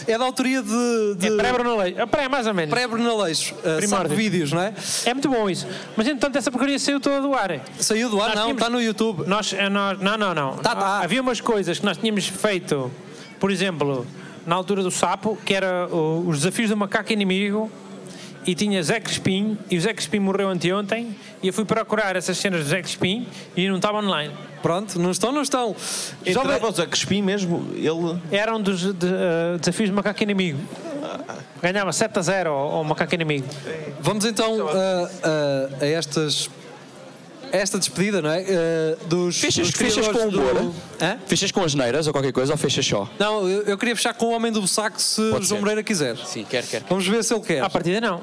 Speaker 2: é da autoria de. de... É
Speaker 3: pré-Bruno Aleixo, pré, mais ou menos.
Speaker 2: Pré-Bruno Aleixo, uh, sabe
Speaker 3: Primórdio.
Speaker 2: vídeos, não é?
Speaker 3: É muito bom isso. Mas entretanto essa porcaria saiu toda do ar.
Speaker 2: Saiu do ar,
Speaker 13: Tá
Speaker 2: não, está no YouTube.
Speaker 3: Nós, eh, nós- não, não, não. Havia umas coisas que nós tínhamos feito, por exemplo, na altura do sapo, que era o- os desafios do macaco inimigo. E tinha Zé Crespim, e o Zé Crespim morreu anteontem, e eu fui procurar essas cenas do Zé Crespim e não estava online.
Speaker 2: Pronto, não estão, não estão.
Speaker 7: Entrava o Zé Crespim mesmo, ele...
Speaker 3: Era um dos de- eh, desafios do macaco inimigo. Ganhava 7 a 0 ao, ao macaco inimigo.
Speaker 2: Vamos então a, a- a estas. a Esta despedida, não é? Uh, dos,
Speaker 13: Fechas,
Speaker 2: dos
Speaker 13: fechas com o
Speaker 2: criadores
Speaker 13: bolo?
Speaker 2: do-
Speaker 13: Fechas com as neiras ou qualquer coisa ou fechas só?
Speaker 2: Não, eu, eu queria fechar com o Homem do Saco se o João Moreira quiser.
Speaker 13: Sim, quer, quer.
Speaker 2: Vamos ver se ele quer. À
Speaker 3: partida, não.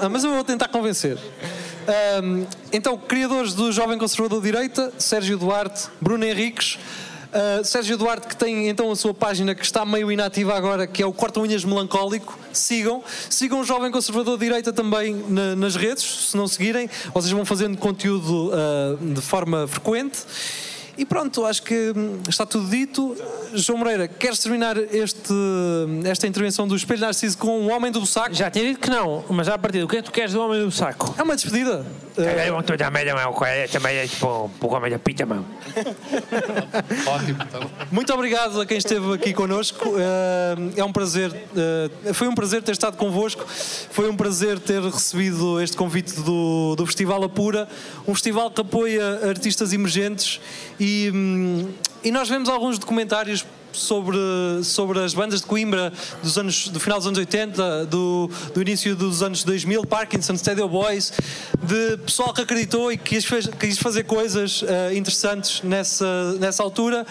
Speaker 2: Ah, Mas eu vou tentar convencer. Ahm, então, criadores do Jovem Conservador de Direita, Sérgio Duarte, Bruno Henriques. Ah, Sérgio Duarte, que tem então a sua página que está meio inativa agora, que é o Corta Unhas Melancólico. Sigam. Sigam o Jovem Conservador de Direita também na- nas redes, se não seguirem. Vocês vão fazendo conteúdo ah, de forma frequente. E pronto, acho que hum, está tudo dito. João Moreira, queres terminar este, esta intervenção do Espelho Narciso com o Homem do Saco?
Speaker 3: Já tinha dito que não, mas à partida, o que é que tu queres do Homem do Saco?
Speaker 2: É uma despedida.
Speaker 3: É uma toda a merda, meu, também é tipo um homem da pita, meu.
Speaker 2: Muito obrigado a quem esteve aqui connosco. Eh, É um prazer, eh, foi um prazer ter estado convosco. Foi um prazer ter recebido este convite do, do Festival Apura, um festival que apoia artistas emergentes e, hum, e nós vemos alguns documentários sobre, sobre as bandas de Coimbra dos anos, do final dos anos 80, do, do início dos anos 2000, Parkinson, Stadio Boys, de pessoal que acreditou e quis, fez- quis fazer coisas eh, interessantes nessa, nessa altura,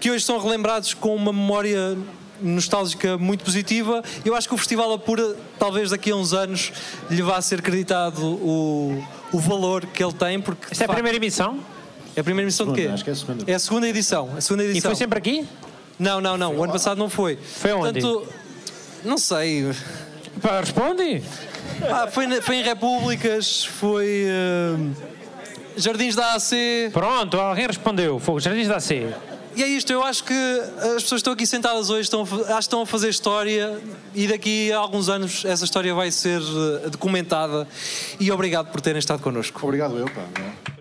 Speaker 2: que hoje são relembrados com uma memória nostálgica muito positiva. Eu acho que o Festival Apura, talvez daqui a uns anos, lhe vá ser creditado o, o valor que ele tem. Porque,
Speaker 3: Esta é a primeira emissão?
Speaker 2: É a primeira emissão de quê?
Speaker 10: Segunda, acho que é a segunda.
Speaker 2: É a segunda edição. A segunda edição.
Speaker 3: foi sempre aqui?
Speaker 2: Não, não, não. O ano passado não foi. Foi
Speaker 3: onde?
Speaker 2: não sei.
Speaker 3: Pá, responde.
Speaker 2: Ah, foi, na- foi em Repúblicas, foi. eh, Jardins da AC.
Speaker 3: Pronto, alguém respondeu. Foi os Jardins da AC.
Speaker 2: E é isto, eu acho que as pessoas que estão aqui sentadas hoje estão, a fa- acho que estão a fazer história e daqui a alguns anos essa história vai ser eh, documentada. E obrigado por terem estado connosco.
Speaker 10: Obrigado eu, pá.